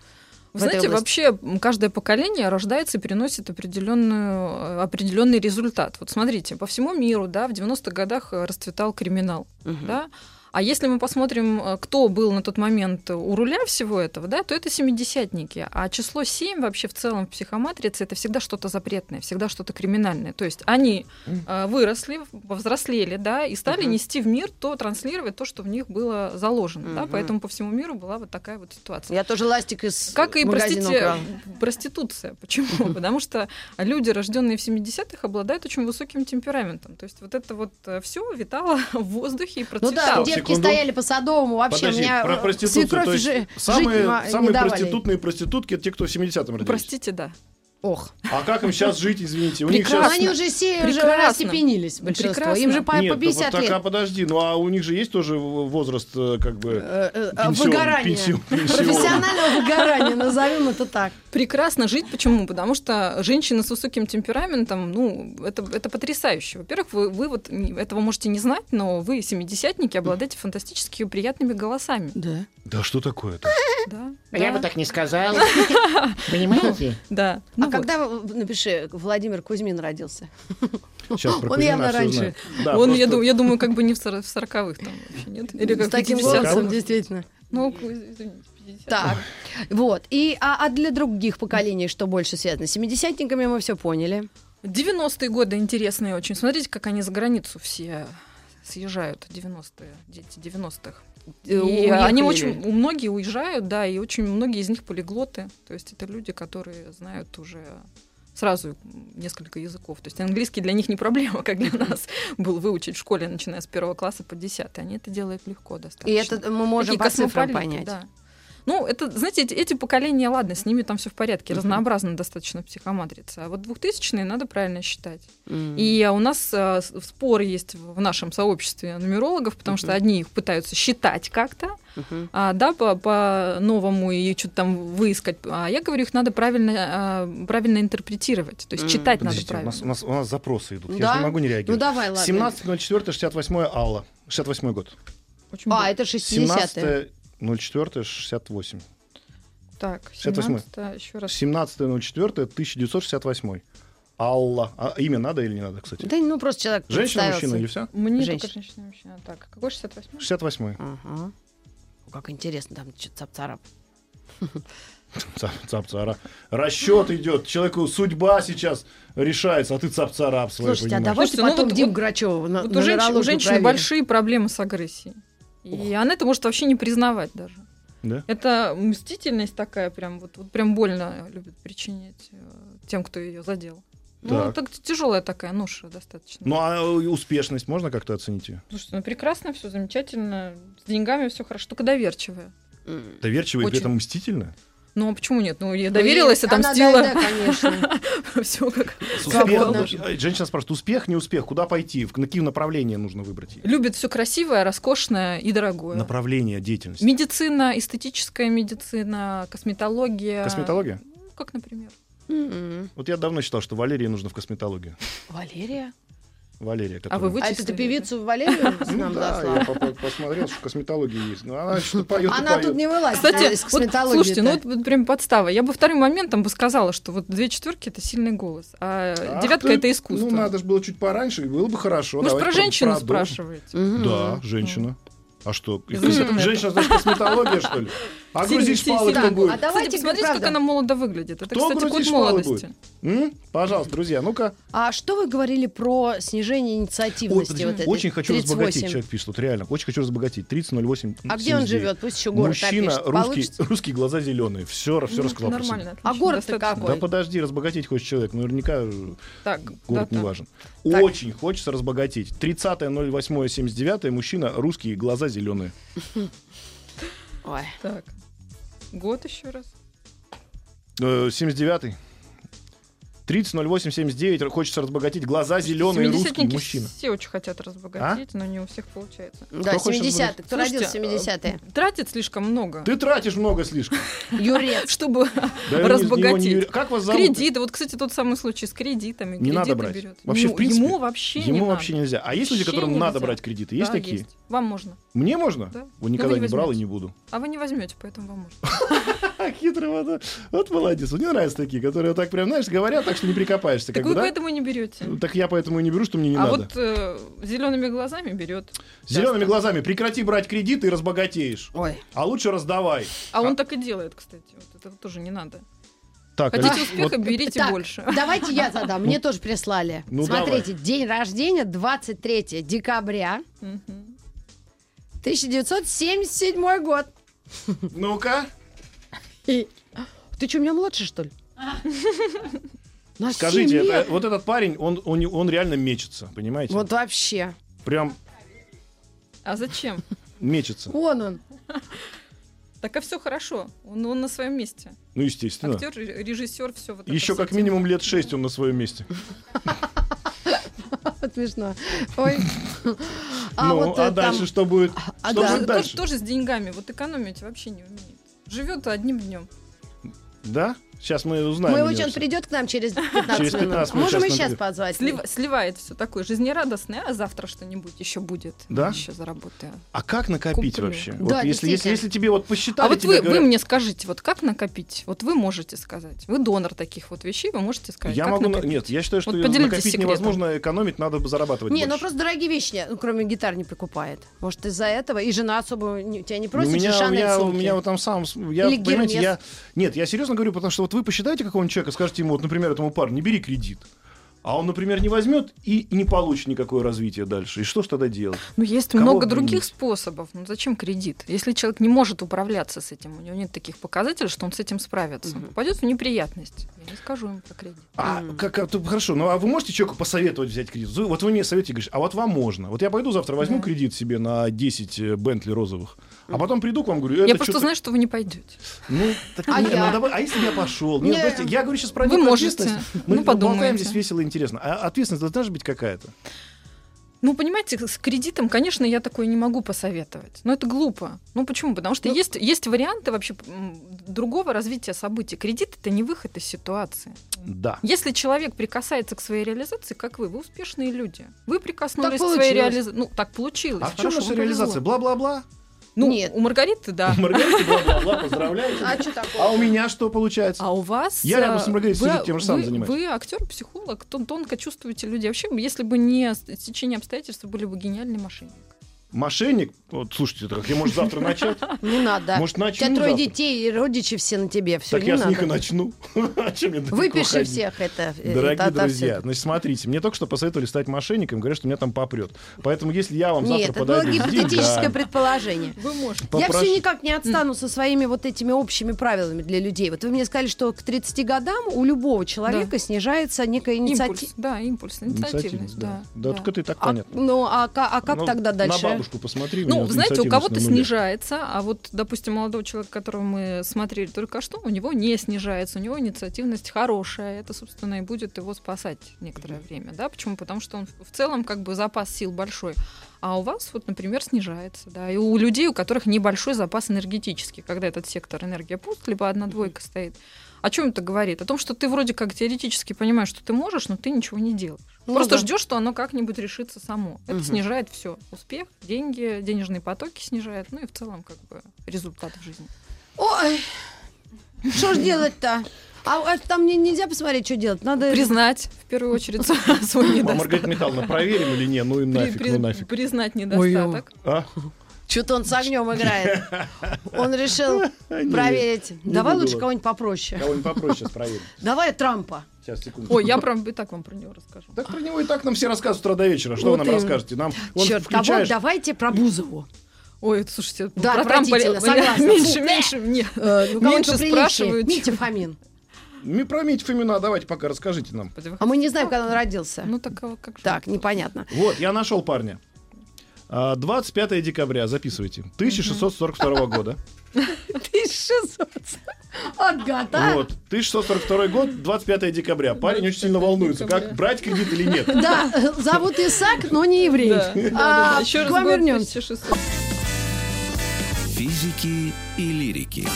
B: Вы
A: в этой
B: знаете,
A: области?
B: вообще м, каждое поколение рождается и переносит определенную, э, определенный результат. Вот смотрите, по всему миру, да, в 90-х годах э, расцветал криминал,
A: Мгм.
B: да. А если мы посмотрим, э, кто был на тот момент у руля всего этого, да, то это семидесятники. А число 7 вообще в целом в психоматрице это всегда что-то запретное, всегда что-то криминальное. То есть они э, выросли, повзрослели, да, и стали
A: Мгм.
B: нести в мир то, транслировать то, что в них было заложено, да.
A: Мгм.
B: Поэтому по всему миру была вот такая вот ситуация.
A: Я тоже ластик из
B: Как и,
A: магазина
B: простите,
A: украла. Ну
B: проституция. Почему? Потому что люди, рожденные в 70-х, обладают очень высоким темпераментом. То есть вот это вот все витало в воздухе и
A: Ну да,
C: Стоп,
B: процветало.
A: девки
C: секунду.
A: стояли по Садовому, вообще
C: Подожди,
A: меня
C: про
A: э,
C: проституцию.
A: свекровь
C: то есть
A: жи-
C: самые
A: жить не-
C: самые
A: не давали.
C: проститутные проститутки это те, кто в 70-м родились.
B: Ну, Простите, да.
A: Ох,
C: А как им сейчас жить, извините? У них
A: но
B: Прекрасно.
C: сейчас...
A: они уже все уже
B: Прекрасно.
A: остепенились большинство,
B: Прекрасно.
A: им же по, по
C: Нет, ну,
A: 50
C: так,
A: лет.
C: а подожди, ну а у них же есть тоже в- возраст э, как бы...
A: Э, э, э,
C: пенсион-
A: Выгорание.
C: пенсион- пенсион.
A: Профессионального выгорания, назовем это так.
B: Прекрасно жить. Почему? Потому что женщины с высоким темпераментом, ну, это, это потрясающе. Во-первых, вы, вы вот не- этого можете не знать, но вы, семидесятники, обладаете фантастически приятными голосами.
A: Да. А
C: Да что такое-то?
B: Да.
E: Я
B: да,
E: бы так не сказала. Понимаете?
B: Да.
A: А
B: Ну вот.
A: когда, э, напиши, Владимир Кузьмин родился? Ну,
C: Сейчас про
A: Он
C: Кузьмина
A: явно
C: всё
A: раньше.
C: знаю. Да,
B: Он,
C: просто-
B: я, думаю, я думаю, как бы не в сор- в сороковых там вообще, нет? Или как
A: С
B: в
A: таким
B: 50-х.
A: голосом, действительно.
B: Ну, к- извините, 50.
A: Так, вот. И, а, а для других поколений что больше связано? С Семидесятниками мы все поняли.
B: 90-е годы интересные очень. Смотрите, как они за границу все съезжают, 90-е, дети 90-х.
A: Э,
B: И
A: уехали.
B: они очень, у многие уезжают, да, и очень многие из них полиглоты. То есть это люди, которые знают уже сразу несколько языков. То есть английский для них не проблема, как для нас был выучить в школе, начиная с первого класса по десятый. Они это делают легко достаточно.
A: И это мы можем
B: Такие
A: по цифрам
B: космополиты,
A: понять.
B: да. Ну, это, знаете, эти, эти поколения, ладно, с ними там все в порядке, разнообразно достаточно психоматрица. А вот 2000-е надо правильно считать.
A: И
B: И у нас э, с- спор есть в нашем сообществе нумерологов, потому что
A: Мгм.
B: одни их пытаются считать как-то, а, да, по- по-новому и что-то там выискать. А я говорю, их надо правильно, а, правильно интерпретировать. То есть
A: М.
B: читать надо
C: Подождите, у
B: правильно.
C: нас, у нас- у нас запросы идут. Я
A: Да?
C: же не могу не
A: Ну
C: реагировать.
A: давай, ладно.
C: 17.04.68 Алла. 68 год.
B: Очень
A: А,
B: быстро.
A: это 60-е.
C: 17.04.68.
B: Так,
C: 68-й.
B: 17 еще раз.
C: 17.04.1968. Алла. А имя надо или не надо, кстати?
A: Да, ну просто человек
C: Женщина, мужчина
A: представился.
C: или все?
B: Мне
A: Женщина.
B: только женщина мужчина. Так, какой 68
C: 68.
A: Ага. О, Как интересно, там что-то цап-царап.
C: Цапцара. Расчет идет. Человеку судьба сейчас решается, а ты цапцарап свой
A: Слушайте, а
C: понимаешь.
A: давайте
B: Слушайте, ну
A: потом
B: вот-
A: Дим
B: вот-
A: Грачева на,
B: Вот
A: на
B: у женщин, у
A: нумерологию
B: женщины
A: проверим.
B: большие проблемы с агрессией. И она это может вообще не признавать даже.
C: Да?
B: Это мстительность такая, прям вот, вот прям больно любит причинять э, тем, кто ее задел. Ну,
C: Так.
B: так тяжелая такая ноша достаточно.
C: Ну а э, успешность можно как-то оценить ее?
B: Слушайте, ну прекрасно, все замечательно, с деньгами все хорошо, только доверчивая.
A: М.
C: Доверчивая и при
B: Очень.
C: этом мстительно?
B: Ну а почему нет? Ну я
A: Ну,
B: доверилась,
A: и- Она, да,
B: отомстила.
A: да, конечно.
B: Все как.
C: С
A: Свободно.
C: успехом. Э, Женщина спрашивает, успех, не успех, куда пойти, в на какие направления нужно выбрать?
B: Любит все красивое, роскошное и дорогое.
C: Направление деятельности.
B: Медицина, эстетическая медицина, косметология.
C: Косметология?
B: Ну, Как, например.
A: М-м.
C: Вот я давно считал, что Валерии нужно в косметологию.
A: Валерия?
C: Валерия,
B: А вы
C: которая-
A: А
B: вычислили?
A: это ты певицу Валерию
C: Ну
A: нам
C: да,
A: заслала?
C: я по- по- посмотрел, что в косметологии есть. Ну, она что-то поет
A: Она тут не вылазит.
B: Кстати,
A: из
B: вот,
A: косметологии-то.
B: слушайте, ну вот, вот прям подстава. Я бы вторым моментом бы сказала, что вот две четверки это сильный голос, а девятка это искусство.
C: Ну, надо же было чуть пораньше, и было бы хорошо.
B: Вы же
C: Давайте
B: про женщину
C: продолжим.
B: спрашиваете.
A: Мгм.
C: Да, женщина. А что? и
B: Извините
C: космет-
B: меня.
C: Женщина, значит, косметология, что ли? А
B: Сильно,
C: грузить
B: сильно,
C: шпалы кто
A: сильно.
C: будет?
A: А давайте,
B: Кстати, посмотрите,
A: правда.
B: как она молодо выглядит. Это,
C: Кто
B: кстати,
C: грузить
B: код
C: шпалы
B: молодости.
C: М? Пожалуйста, друзья, ну-ка.
A: А что вы говорили про снижение
C: Ой,
A: инициативности?
C: подожди,
A: вот этой?
C: очень хочу
A: 38.
C: разбогатеть, человек пишет, вот реально, очень хочу разбогатеть, 3008.
A: А где он живет? Пусть еще город
C: Мужчина,
A: опишет.
C: русский,
A: Получится?
C: русские глаза зеленые, все, все
B: Ну,
C: рассказал. про себя.
B: Нормально,
A: А
B: отлично,
A: город-то
B: достаточно.
A: какой?
C: Да подожди, разбогатеть хочет человек, наверняка э,
B: Так,
C: город
B: да,
C: не
B: так.
C: важен. Очень хочется разбогатеть. 30.08.79, мужчина, русские, глаза зеленые.
A: Ой.
B: Так. Год еще раз.
C: Э, 79-й. 30.08.79, хочется разбогатеть, глаза зеленые, русский,
B: Семидесятники
C: мужчина. А?
B: все очень хотят разбогатеть, но не у всех получается.
A: Да,
C: Кто хочет
A: 70-е. Кто родился в
B: Слушайте, а,
A: 70-е?
B: Тратит слишком много,
C: Ты тратишь много слишком.
B: э,
A: Юрец.
B: чтобы
C: Да его не-
B: Разбогатеть.
C: его не- Как вас зовут?
B: Кредиты, вот, кстати, тот самый случай с кредитами.
C: Не надо
B: Кредиты
C: брать.
B: берет.
C: Вообще,
B: Ну,
C: в принципе,
B: ему вообще не
C: Ему
B: надо.
C: вообще нельзя. А есть люди,
B: Вообще
C: которым надо
B: нельзя.
C: брать кредиты? Есть
B: Да,
C: такие?
B: есть. Вам можно.
C: Мне можно?
B: Да.
C: Вот
B: Но
C: никогда
B: вы не
C: не брал и
B: возьмете.
C: не буду.
B: А вы не возьмете, поэтому вам можно.
C: А хитрый вот, э, вот молодец. Мне нравятся такие, которые вот так прям, знаешь, говорят, так что не прикопаешься.
B: Так
C: как
B: вы
C: бы, да?
B: поэтому и не берете.
C: Ну, Так я поэтому и не беру, что мне не
B: а
C: надо.
B: вот зелеными глазами берет.
C: Зелеными глазами прекрати брать кредиты и разбогатеешь.
A: Ой.
C: А лучше раздавай.
B: А он так и делает, кстати. Вот это тоже не надо.
C: Так,
B: Хотите
C: Алис,
B: успеха, берите
A: Так,
B: больше.
A: Давайте я задам. Мне тоже прислали.
C: Ну,
A: Смотрите, день рождения 23 декабря
B: Мгм.
A: 1977 год.
C: вот- ну-ка,
A: И- Ты что, меня младше, что ли? На семь
C: скажите, это-
A: лет.
C: вот этот парень, он, он, он реально мечется, понимаете?
A: Вот вообще.
C: Прям
B: А зачем?
C: мечется.
A: Вон он.
B: Так а все хорошо. Он, он на своем месте.
C: Ну, естественно.
B: Актер, режиссер, все вот это
C: Еще
B: всё
C: как
B: дело.
C: минимум лет шесть он на своем месте.
A: Смешно. Ой.
C: ну,
A: вот,
C: а
A: э, там-
C: дальше что будет?
A: А,
C: что
A: да.
B: Тоже,
C: будет дальше?
B: тоже, тоже с деньгами. Вот экономить вообще не умеет. Живет одним днем.
C: Да? Сейчас мы узнаем.
A: Мы
C: у него
A: очень
C: всё.
A: придет к нам через 15
C: Через 15
A: минут.
C: минут
A: Можем и
C: сейчас
A: сейчас
C: наберет.
A: позвать.
B: сливает все такое жизнерадостное, а завтра что-нибудь еще будет.
C: Да?
B: Еще заработаю.
C: А как накопить
B: Куплю.
C: вообще?
A: Да,
C: вот если, если,
A: действительно.
C: если тебе вот посчитали,
B: а вот
C: тебе
B: вы,
C: говорят,
B: вы мне скажите, вот как накопить? Вот вы можете сказать. Вы донор таких вот вещей, вы можете сказать.
C: я
B: как
C: могу... на-
B: накопить?
C: Нет, я считаю, что
B: Вот поделитесь
C: накопить
B: секретом.
C: невозможно, экономить надо бы зарабатывать
A: Не, ну
C: больше.
A: просто дорогие вещи, не- ну, кроме гитар, не покупает. Может, из-за этого. И жена особо не- тебя не
C: Ну,
A: просит,
C: у меня,
A: же
C: у
A: Шанель
C: меня, у
A: сумки.
C: меня вот там сам, с- я,
A: Или
C: понимаете,
A: Гермес.
C: я, нет, я серьезно говорю, потому что вот вы посчитаете какого-нибудь человека, скажете ему, вот, например, этому парню, не бери кредит. А он, например, не возьмет и, и не получит никакое развитие дальше. И что ж тогда делать?
B: Ну, есть
C: Кого
B: много
C: обвинить?
B: других способов. Ну, зачем кредит? Если человек не может управляться с этим, у него нет таких показателей, что он с этим справится.
A: Мгм.
B: Попадет в неприятность. Я не скажу ему про кредит.
C: А,
A: Мгм.
C: как, а, то- хорошо, ну а вы можете человеку посоветовать взять кредит? Вы- Вот вы мне советуете, говоришь, а вот вам можно. Вот я пойду завтра возьму
B: Да.
C: кредит себе на 10 э, Бентли розовых, а потом приду к вам, говорю, это
B: Я просто
C: чё-то-
B: знаю, что вы не пойдете.
C: Ну, так
A: А
C: не,
A: я?
C: надо бы- а если бы я пошел?
A: Не.
C: Нет, подождите, я говорю сейчас про
B: Вы
C: некую
B: можете.
C: ответственность.
B: Ну,
C: Мы болтаем
B: подумайте.
C: здесь весело и интересно. А ответственность должна же быть какая-то.
B: Ну, понимаете, с кредитом, конечно, я такое не могу посоветовать. Но это глупо. Ну, почему? Потому что
C: Ну-
B: есть, есть варианты вообще м, другого развития событий. Кредит — это не выход из ситуации.
C: Да.
B: Если человек прикасается к своей реализации, как вы, вы успешные люди. Вы прикоснулись к своей
A: получилось.
B: реализации. Ну, так получилось.
C: А в чем
B: Хорошо,
C: наша
B: вам повезло.
C: реализация? Бла-бла-бла.
B: Ну,
A: Нет.
B: у Маргариты, да.
C: Маргарита, бла-бла-бла, поздравляю. тебя.
A: А что такое?
C: А у меня что получается?
B: А у вас...
C: Я рядом с
B: э,
C: Маргаритой
B: вы-
C: сижу, тем же самым
B: вы-
C: занимаюсь.
B: Вы актер, психолог, тон- тонко чувствуете людей. Вообще, если бы не с- течение обстоятельств, вы были бы гениальный мошенник.
C: Мошенник? Вот, слушайте, так я, может, завтра начать?
A: Не надо.
C: Может,
A: У тебя
C: начну
A: трое
C: завтра?
A: детей и родичи все на тебе. Все,
C: Так
A: не
C: я с
A: надо.
C: них и начну. А чё мне далеко
A: Выпиши
C: ходить?
A: всех это. э, это
C: Дорогие
A: отовсюду.
C: друзья, значит, смотрите, мне только что посоветовали стать мошенником, говорят, что меня там попрет. Поэтому, если я вам
A: Нет,
C: завтра
A: это было
C: подойду... с
A: гипотетическое
C: деньгами,
A: предположение.
B: Вы можете.
A: Я
C: попрошу-
A: все никак не отстану со своими вот этими общими правилами для людей. Вот вы мне сказали, что к 30 годам у любого человека снижается некая инициатива.
B: Импульс, да, импульс, инициативность, да.
C: Да,
B: да.
C: только ты так
A: А,
C: понятно.
A: ну, а, ка- а как
C: Ну,
A: тогда дальше?
C: На бабушку посмотри. у меня
B: Ну,
C: вот
B: знаете, у
C: инициативность
B: кого-то
C: на нуле.
B: снижается, а вот, допустим, молодого человека, которого мы смотрели только что, у него не снижается, у него инициативность хорошая. Это, собственно, и будет его спасать некоторое время. Да? Почему? Потому что он в целом как бы запас сил большой. А у вас, вот, например, снижается. Да? И у людей, у которых небольшой запас энергетический, когда этот сектор энергия пуст, либо одна-двойка стоит. О чем это говорит? О том, что ты вроде как теоретически понимаешь, что ты можешь, но ты ничего не делаешь.
A: Ну
B: Просто
A: да.
B: ждешь, что оно как-нибудь решится само. Это
A: Мгм.
B: снижает все. Успех, деньги, денежные потоки снижает, ну и в целом как бы результат в жизни.
A: Ой, что ж делать-то? А, а там мне нельзя посмотреть, что делать? Надо...
B: Признать в первую очередь свой
C: А Маргарита
B: недостаток.
C: Михайловна, проверим или не? Ну и
B: При-
C: нафиг,
B: при-
C: ну нафиг.
B: Признать недостаток.
C: А?
A: Что-то он с огнем играет. Он решил
C: А, не,
A: проверить. Давай
C: буду
A: лучше
C: вот.
A: кого-нибудь попроще.
C: Кого-нибудь попроще сейчас проверим.
A: Давай Трампа.
C: Сейчас, секунду.
B: Ой, я прям и так вам про него расскажу.
C: Так про него и так нам все рассказывают с утра до вечера. Что
A: Вот
C: вы нам
A: именно.
C: расскажете? Нам он
A: Черт,
C: включаешь...
A: кого? Давайте про Бузову.
B: Ой, это, слушайте, ну,
A: Да,
B: про Трампа
A: отвратительно, согласна.
B: меньше,
A: Фу,
B: меньше мне.
A: Э, ну, кого-нибудь
B: Меньше
A: поприличнее.
B: спрашивают.
A: Митя Фомин.
C: Ми- Про Митю Фомина давайте пока расскажите нам.
A: А мы не знаем, когда он родился.
B: Ну так а вот как же.
A: Так, непонятно.
C: Вот, я нашел парня. А, 25 декабря, записывайте, 1642 года.
A: 1600. Отгадал.
C: Вот, 1642 год, 25 декабря. Парень очень сильно волнуется, как брать кредит или нет.
A: Да, э, зовут Исаак, но не еврей.
B: Да, да, да,
A: А,
B: да. Еще
A: к
B: раз
A: вам
B: год
A: вернемся.
B: 1600.
D: Физики и лирики.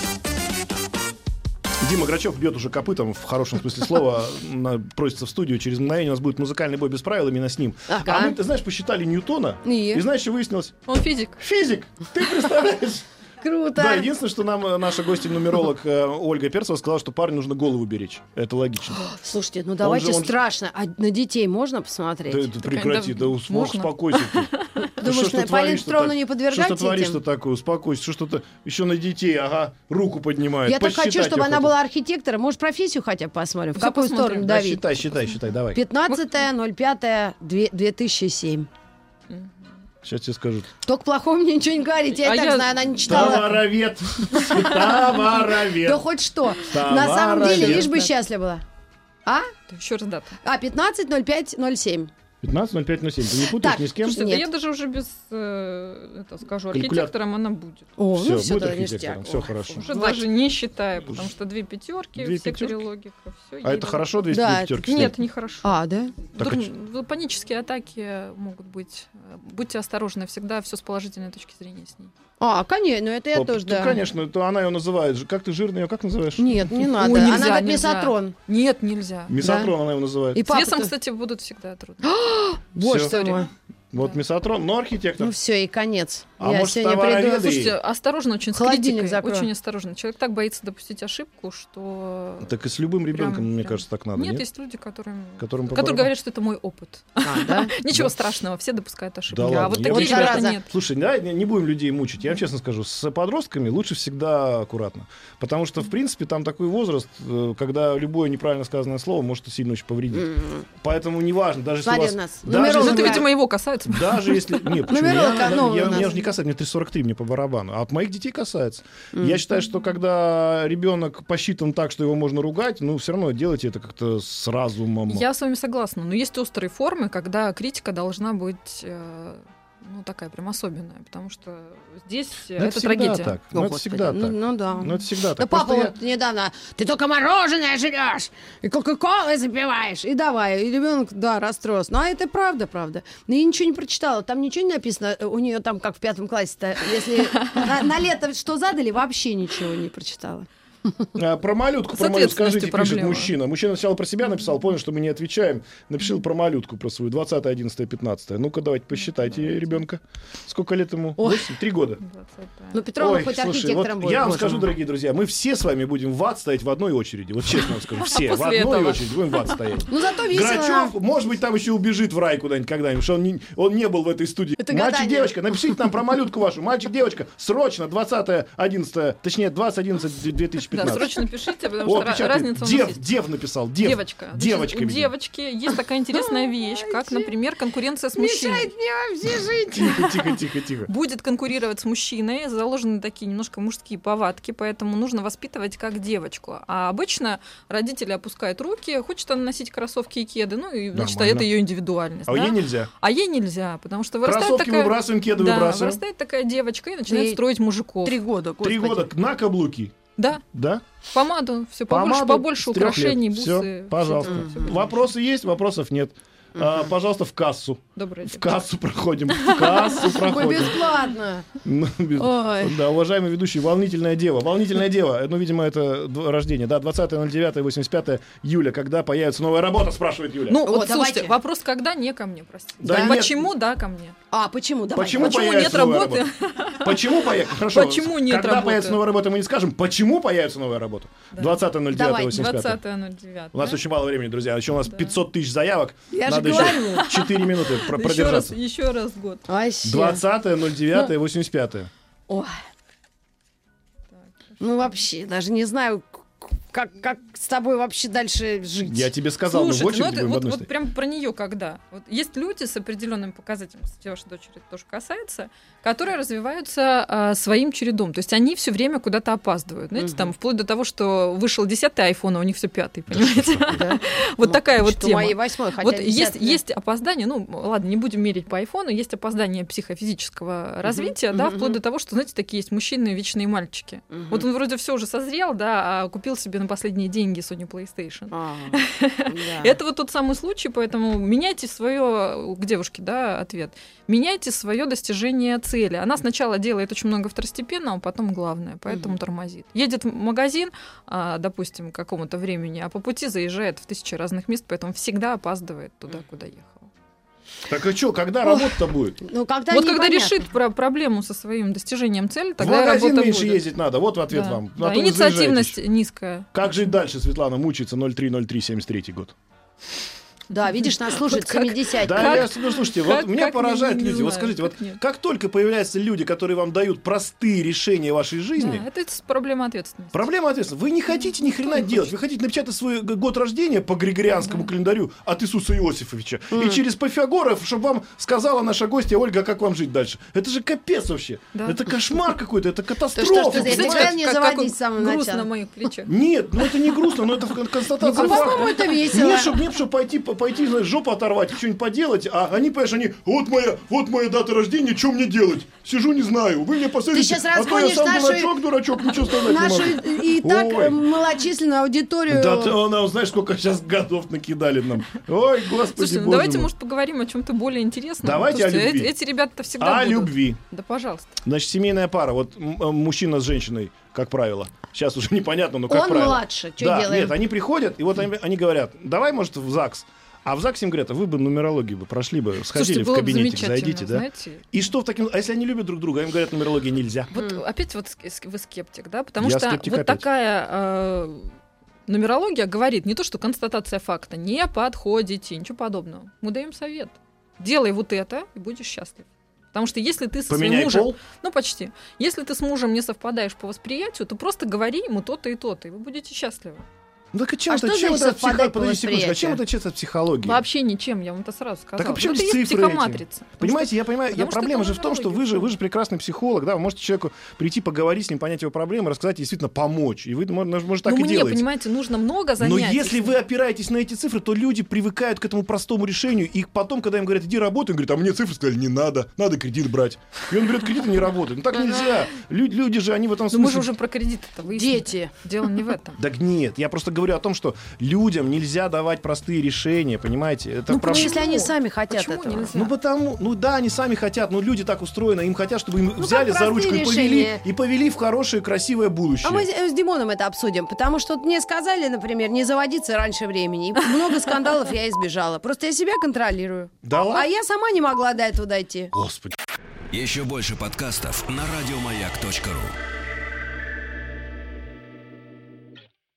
C: Дима Грачев бьет уже копытом, в хорошем смысле слова, на- просится в студию. Через мгновение у нас будет музыкальный бой без правил именно с ним.
A: Ага.
C: А мы, ты знаешь, посчитали Ньютона,
A: И?
C: и знаешь, что выяснилось?
B: Он физик.
C: Физик! Ты представляешь?
A: Круто.
C: Да, единственное, что нам э, наша гостья-нумеролог э, Ольга Перцева сказала, что парню нужно голову беречь. Это логично.
A: Слушайте, ну
C: же-
A: давайте
C: он же-
A: страшно. А на детей можно посмотреть?
C: Да, да прекрати,
B: да,
C: да ус-
B: можно.
C: успокойся. ты. Да
A: Думаешь,
C: что ж ты
A: на- Полину
C: творишь-то
A: Петровну
C: так?
A: не
C: Что ж
A: подвергать
C: ты творишь
A: этим?
C: что такое? Успокойся. Что что-то еще на детей, ага, руку поднимает.
A: Я так хочу,
C: Посчитать
A: чтобы она
C: охота.
A: была архитектором. Может, профессию хотя бы посмотрим? В
B: Всё
A: какую
B: посмотрим.
A: сторону
C: Да,
A: давить?
C: считай, считай, считай, давай.
A: 15.05.2007.
C: Сейчас тебе скажу.
A: Только плохого мне ничего не говорите. Я
B: А
A: и так
B: я-
A: знаю, она не читала.
C: Товаровед!
A: Да
C: Товаровед!
A: хоть что.
C: Товаровед.
A: На самом деле, лишь бы
B: Да.
A: счастлива была. А?
B: Еще раз дата.
A: А, 15.05.07.
C: 15.05.07. Ты не путаешь
A: Так,
C: ни с кем?
A: слушай,
B: Слушайте, да
A: Нет.
B: я даже уже без, э, это скажу,
C: Калькулятор.
B: архитектором она будет.
A: О,
C: Всё,
A: ну все,
C: будет
A: тогда
C: архитектором,
A: ништяк.
C: всё
A: Ой,
C: хорошо.
B: Уже
A: хватит.
B: даже не считая, потому что две пятерки
C: Две
B: в секторе
C: пятерки?
B: логика. Все,
C: А это хорошо, 200
A: Да,
C: пятерки
B: Нет, нехорошо.
A: А, да?
C: Так а
B: Друг-
C: чё?
B: в- Панические атаки могут быть. Э, Будьте осторожны всегда, все с положительной точки зрения с ней.
A: А, конечно, ну это я тоже, да.
C: конечно, то она ее называет. же. Как ты жирный ее как называешь?
A: Нет, не надо.
B: нельзя,
A: Она как
B: нельзя.
A: мисотрон.
B: Нет, нельзя.
C: Мисотрон она его называет.
A: И
B: С весом,
A: папа-то-
B: кстати,
C: А,
B: будут всегда трудно.
A: Боже
C: Всё.
A: ты мой.
C: Вот
B: да.
C: мисотрон, но архитектор.
A: Ну все, и конец.
C: А
A: Я
C: может,
A: сегодня
C: товара
A: приду.
C: нет и-
B: Слушайте, осторожно очень с
A: Холодильник
B: критикой,
A: закрою.
B: Очень осторожно. Человек так боится допустить ошибку, что...
C: Так и с любым ребенком,
B: Прям-
C: мне
B: прям.
C: кажется, так надо.
B: нет,
C: Нет,
B: есть люди, которым...
C: Которым
B: которые
C: по барабану.
B: говорят, что это мой опыт.
A: А, да?
B: Ничего
C: Да.
B: страшного, все допускают ошибки.
C: Да
B: а
C: ладно,
B: вот
C: я
B: такие
A: очень
B: ребята
A: рада.
B: нет.
C: Слушай, да, не не будем людей мучить. Я вам честно скажу, с подростками лучше всегда аккуратно. Потому что, в принципе, там такой возраст, э, когда любое неправильно сказанное слово может сильно очень повредить.
A: М.
C: Поэтому неважно, даже если у
A: Смотри
C: вас...
A: у нас.
C: даже
A: Номерок
C: если-
B: Ну, это,
A: Да.
B: видимо, его касается.
C: Даже если... Не, почему?
A: Номерок,
C: Я-
A: а, ну,
C: я-
A: у нас.
C: Меня же не касается, мне 343, мне по барабану. А от моих детей касается.
A: М.
C: Я считаю, что когда ребенок посчитан так, что его можно ругать, ну, все равно делайте это как-то с разумом.
B: Я с вами согласна, но есть острые формы, когда критика должна быть э, ну, такая прям особенная, потому что здесь э,
C: Ну,
B: это
C: всегда
B: трагедия.
C: Так.
A: О,
C: Ну, это
A: Господи.
C: всегда
A: Ну,
C: так.
A: ну да.
C: Ну, это всегда
A: Да
C: так.
A: папа
C: Просто я-
A: вот недавно, ты только мороженое жрешь, и кока-колы запиваешь, и давай. И ребенок, да, расстроился. Ну, а это правда, правда. Но я ничего не прочитала, там ничего не написано. Э, У нее там, как в пятом классе-то, если на, на лето что задали, вообще ничего не прочитала.
C: А, Про малютку,
B: С
C: про малютку
B: ответственностью
C: скажите, пишет
B: проблема.
C: мужчина. Мужчина сначала про себя написал, понял, что мы не отвечаем. Напишил про малютку, про свою 20, 11, 15. Ну-ка, давайте посчитайте ребенка. Сколько лет ему?
A: Ой.
C: Восемь? Три года.
A: Ну,
B: Двадцатая.
A: Петрова
C: Ой,
A: хоть
C: слушай,
A: архитектором
C: вот
A: будет.
C: Я вам
A: боже
C: скажу,
A: мой.
C: дорогие друзья, мы все с вами будем в ад стоять в одной очереди. Вот честно вам скажу, все в
B: после
C: одной
B: этого.
C: очереди будем в ад стоять.
A: Ну, зато весело.
C: Грачев, может быть, там еще убежит в рай куда-нибудь когда-нибудь, что он не, он не был в этой студии.
A: Это
C: Мальчик,
A: гадание.
C: девочка, напишите нам про малютку вашу. Мальчик, девочка, срочно, 20 11 точнее, 20 11
B: Да,
C: 2015.
B: срочно пишите, потому
C: О,
B: что ра-
C: печатает.
B: разница у нас
C: Дев,
B: есть.
C: Дев написал. Дев.
B: Девочка. Значит,
C: Девочка,
B: у
C: видимо.
B: девочки есть такая интересная вещь, как, например, конкуренция с мужчиной.
A: Мешает мне вообще жить.
C: Тихо, тихо, тихо, тихо.
B: Будет конкурировать с мужчиной, заложены такие немножко мужские повадки, поэтому нужно воспитывать как девочку. А обычно родители опускают руки, хочет она носить кроссовки и кеды, ну и значит, а
C: Нормально.
B: это ее индивидуальность.
C: А
B: да?
C: ей нельзя.
B: А ей нельзя, потому что вырастает
C: Кроссовки
B: такая...
C: выбрасываем, кеды
B: да,
C: выбрасываем.
B: вырастает такая девочка и начинает
A: И
B: строить мужиков.
A: Три года,
C: Три
A: господи.
C: года на каблуки.
B: Да,
C: Да?
B: помаду, все побольше,
C: Помаду
B: побольше
C: с трех
B: украшений,
C: лет.
B: бусы.
C: Всё,
B: всё
C: пожалуйста.
B: это всё.
C: Вопросы есть, вопросов нет. А, пожалуйста, в кассу.
B: Доброе
C: В
B: дело.
C: кассу проходим. В кассу
A: Ой,
C: проходим.
A: бесплатно.
C: Ну, без-
A: Ой.
C: Да, уважаемый ведущий, волнительное дело. Волнительное дело. Ну, видимо, это дв- рождение. Да, 20.09.85 июля. Когда появится новая работа, спрашивает Юля.
B: Ну,
A: О,
B: вот
A: давайте.
B: слушайте, вопрос, когда не ко мне, простите.
C: Да нет.
B: Почему да ко мне?
A: А, почему? Давай.
C: Почему,
B: Почему
C: появится
B: нет
C: новая
B: работы?
C: работа? Почему появится? Хорошо.
B: Почему нет
C: Когда
B: работы?
C: появится новая работа, мы не скажем. Почему появится новая работа?
B: Да.
C: 20.09.85.
B: 20.09.
C: У нас
B: да?
C: очень мало времени, друзья. Еще у нас 500 тысяч заявок.
A: Я же
C: Надо
A: говорю.
C: еще 4 минуты
B: еще раз,
C: про-
B: Ну.
C: продержаться.
B: еще раз год.
A: Вообще.
C: 20.09.85.
A: Ой. Ну вообще, даже не знаю, к- как, как с тобой вообще дальше жить.
C: Я тебе сказал, мы в
B: Слушайте, ну
C: очереди
B: это
C: будем в
B: вот,
C: одной
B: вот
C: стоять.
B: прям про нее когда. Вот есть люди с определенным показателем, кстати, вашей дочери это тоже касается, которые развиваются а, своим чередом. То есть они все время куда-то опаздывают. Знаете,
A: Мгм.
B: там вплоть до того, что вышел 10 айфон, а у них все пятый, понимаете?
A: Да? Ну,
B: Вот такая вот
A: Что
B: тема.
A: Э, моей восьмой, хотя
B: Вот есть,
A: десятый.
B: есть опоздание, ну ладно, не будем мерить по айфону, есть опоздание психофизического развития, да,
A: мгм,
B: вплоть
A: мгм.
B: до того, что, знаете, такие есть мужчины вечные мальчики.
A: Мгм.
B: Вот он вроде все уже созрел, да, а купил себе на последние деньги Sony PlayStation.
A: А, да.
B: Это вот тот самый случай, поэтому меняйте свое, к девушке, да, ответ, меняйте свое достижение цели. Она сначала делает очень много второстепенного, а потом главное, поэтому
A: Мгм.
B: тормозит. Едет в магазин, а, допустим, к какому-то времени, а по пути заезжает в тысячи разных мест, поэтому всегда опаздывает туда, куда ехала.
C: Так а что, когда работа-то будет?
A: Ну, когда
B: вот когда
A: непонятно.
B: решит про проблему со своим достижением цели,
C: В
B: тогда и
C: магазин
B: работа
C: меньше
B: будет.
C: ездить надо. Вот в ответ
B: Да,
C: вам.
B: да,
C: А то вы
B: Инициативность
C: заезжаете.
B: низкая.
C: Как жить дальше, Светлана мучается 030373 год?
A: Да, видишь, нас слушают А,
B: Вот как-
A: 70
C: Да, я, ну, слушайте,
B: как-
C: вот меня
B: как
C: поражают
B: не- не
C: люди. вот
B: знаю,
C: скажите,
B: как
C: вот
B: нет.
C: как только появляются люди, которые вам дают простые решения вашей жизни,
B: Да, это с- проблема ответственности.
C: Проблема ответственности. Вы не хотите ни хрена делать. Вы хотите напечатать свой г- год рождения по григорианскому календарю от Иисуса Иосифовича. И через Пофиагоров, чтобы вам сказала наша гостья Ольга, как вам жить дальше. Это же капец вообще.
B: Да.
C: Это кошмар какой-то, это
A: что ж
C: катастрофа.
A: ты здесь
C: понимаете?
A: Давай не заводить
B: он
A: с самого
B: груз
A: начала.
B: на моих плечах.
C: Нет, ну это не грустно, но это кон-
A: А
C: констатация факта.
A: по-моему, это весело.
C: Нет, чтобы нет, чтоб пойти, по- пойти, знаешь, жопу оторвать, что-нибудь поделать, а они, понимаешь, они, вот моя, вот моя дата рождения, что мне делать? Сижу, не знаю, вы мне посоветуете,
A: щас
C: а то я
A: разгонишь
C: сам
A: нашу-
C: дурачок, дурачок, ничего сказать
A: Нашу
C: не могу.
A: и и так
C: Ой.
A: э, малочисленную аудиторию.
C: Да ты, она, знаешь, сколько сейчас годов накидали нам. Ой, господи,
B: Слушайте, ну
C: боже
B: давайте,
C: мой.
B: может, поговорим о чем-то более интересном.
C: Давайте о
B: Слушайте,
C: любви. А,
B: Эти, эти ребята всегда
C: О
B: будут.
C: любви.
B: Да, пожалуйста.
C: Значит, семейная пара. Вот м- м, мужчина с женщиной, как правило. Сейчас уже непонятно, но как
A: Он
C: правило.
A: младше, чё
C: да,
A: делаем?
C: Нет, они приходят, и вот они, они говорят, давай, может, в ЗАГС. А в ЗАГСе им говорят, а вы бы нумерологию бы прошли бы, сходили
B: Слушайте, было
C: в
B: бы
C: кабинетик,
B: замечательно,
C: зайдите, да?
B: знаете.
C: И что в таким... А если они любят друг друга, а им говорят, нумерология нельзя.
B: Вот
A: М.
B: опять вот ск- ск- вы скептик, да? Потому
C: Я
B: что
C: скептик
B: вот
C: опять.
B: такая э, нумерология говорит не то, что констатация факта, не подходите, ничего подобного. Мы даем совет. Делай вот это, и будешь счастлив. Потому что если ты со своим
C: Поменяй
B: мужем...
C: пол.
B: Ну, почти. Если ты с мужем не совпадаешь по восприятию, то просто говори ему то-то и то-то, и вы будете счастливы.
C: Ну так и чем
A: А
C: это,
A: что
C: чем
A: значит
C: это от психо-
A: совпадать по
C: Подожди секундочку, а
A: восприятию?
C: чем это честно от психологии?
B: Вообще ничем, я вам это сразу сказала.
C: а причем
B: Ну, это
C: здесь
B: есть
C: цифры эти?
B: психоматрица. Потому
C: Понимаете, я понимаю, я
B: потому что
C: проблема
B: это
C: же в том, что вы
B: нумерология.
C: же, вы же прекрасный психолог, да, вы можете человеку прийти поговорить с ним, понять его проблемы, рассказать и действительно помочь. И вы, мо- может, так
B: ну,
C: и
B: мне,
C: делаете.
B: понимаете, нужно много
C: Но
B: занятий.
C: если вы опираетесь на эти цифры, то люди привыкают к этому простому решению. И потом, когда им говорят, иди работай, он говорит, а мне цифры сказали, не надо, надо кредит брать. И он берет кредит и не работает. Ну так нельзя. Лю- люди же, они в этом
B: Ну, мы же
C: смысле...
B: уже про кредит это выяснили.
A: Дети.
B: Дело не в этом.
C: Так нет, я просто говорю о том, что людям нельзя давать простые решения, понимаете? Это
B: Ну,
A: Ну,
C: проблема.
A: если они сами хотят
B: Почему
A: этого.
B: нельзя?
C: Ну потому, ну да, они сами хотят, но люди так устроены, им хотят, чтобы им
A: Ну,
C: взяли
A: как
C: за
A: простые
C: ручку и повели,
A: решения.
C: и повели в хорошее, красивое будущее.
A: А мы с с Димоном это обсудим, потому что вот мне сказали, например, не заводиться раньше времени. И много скандалов я избежала. Просто я себя контролирую.
C: Да ладно?
A: А я сама не могла до этого дойти.
C: Господи.
D: Еще больше подкастов на радиомаяк.ру.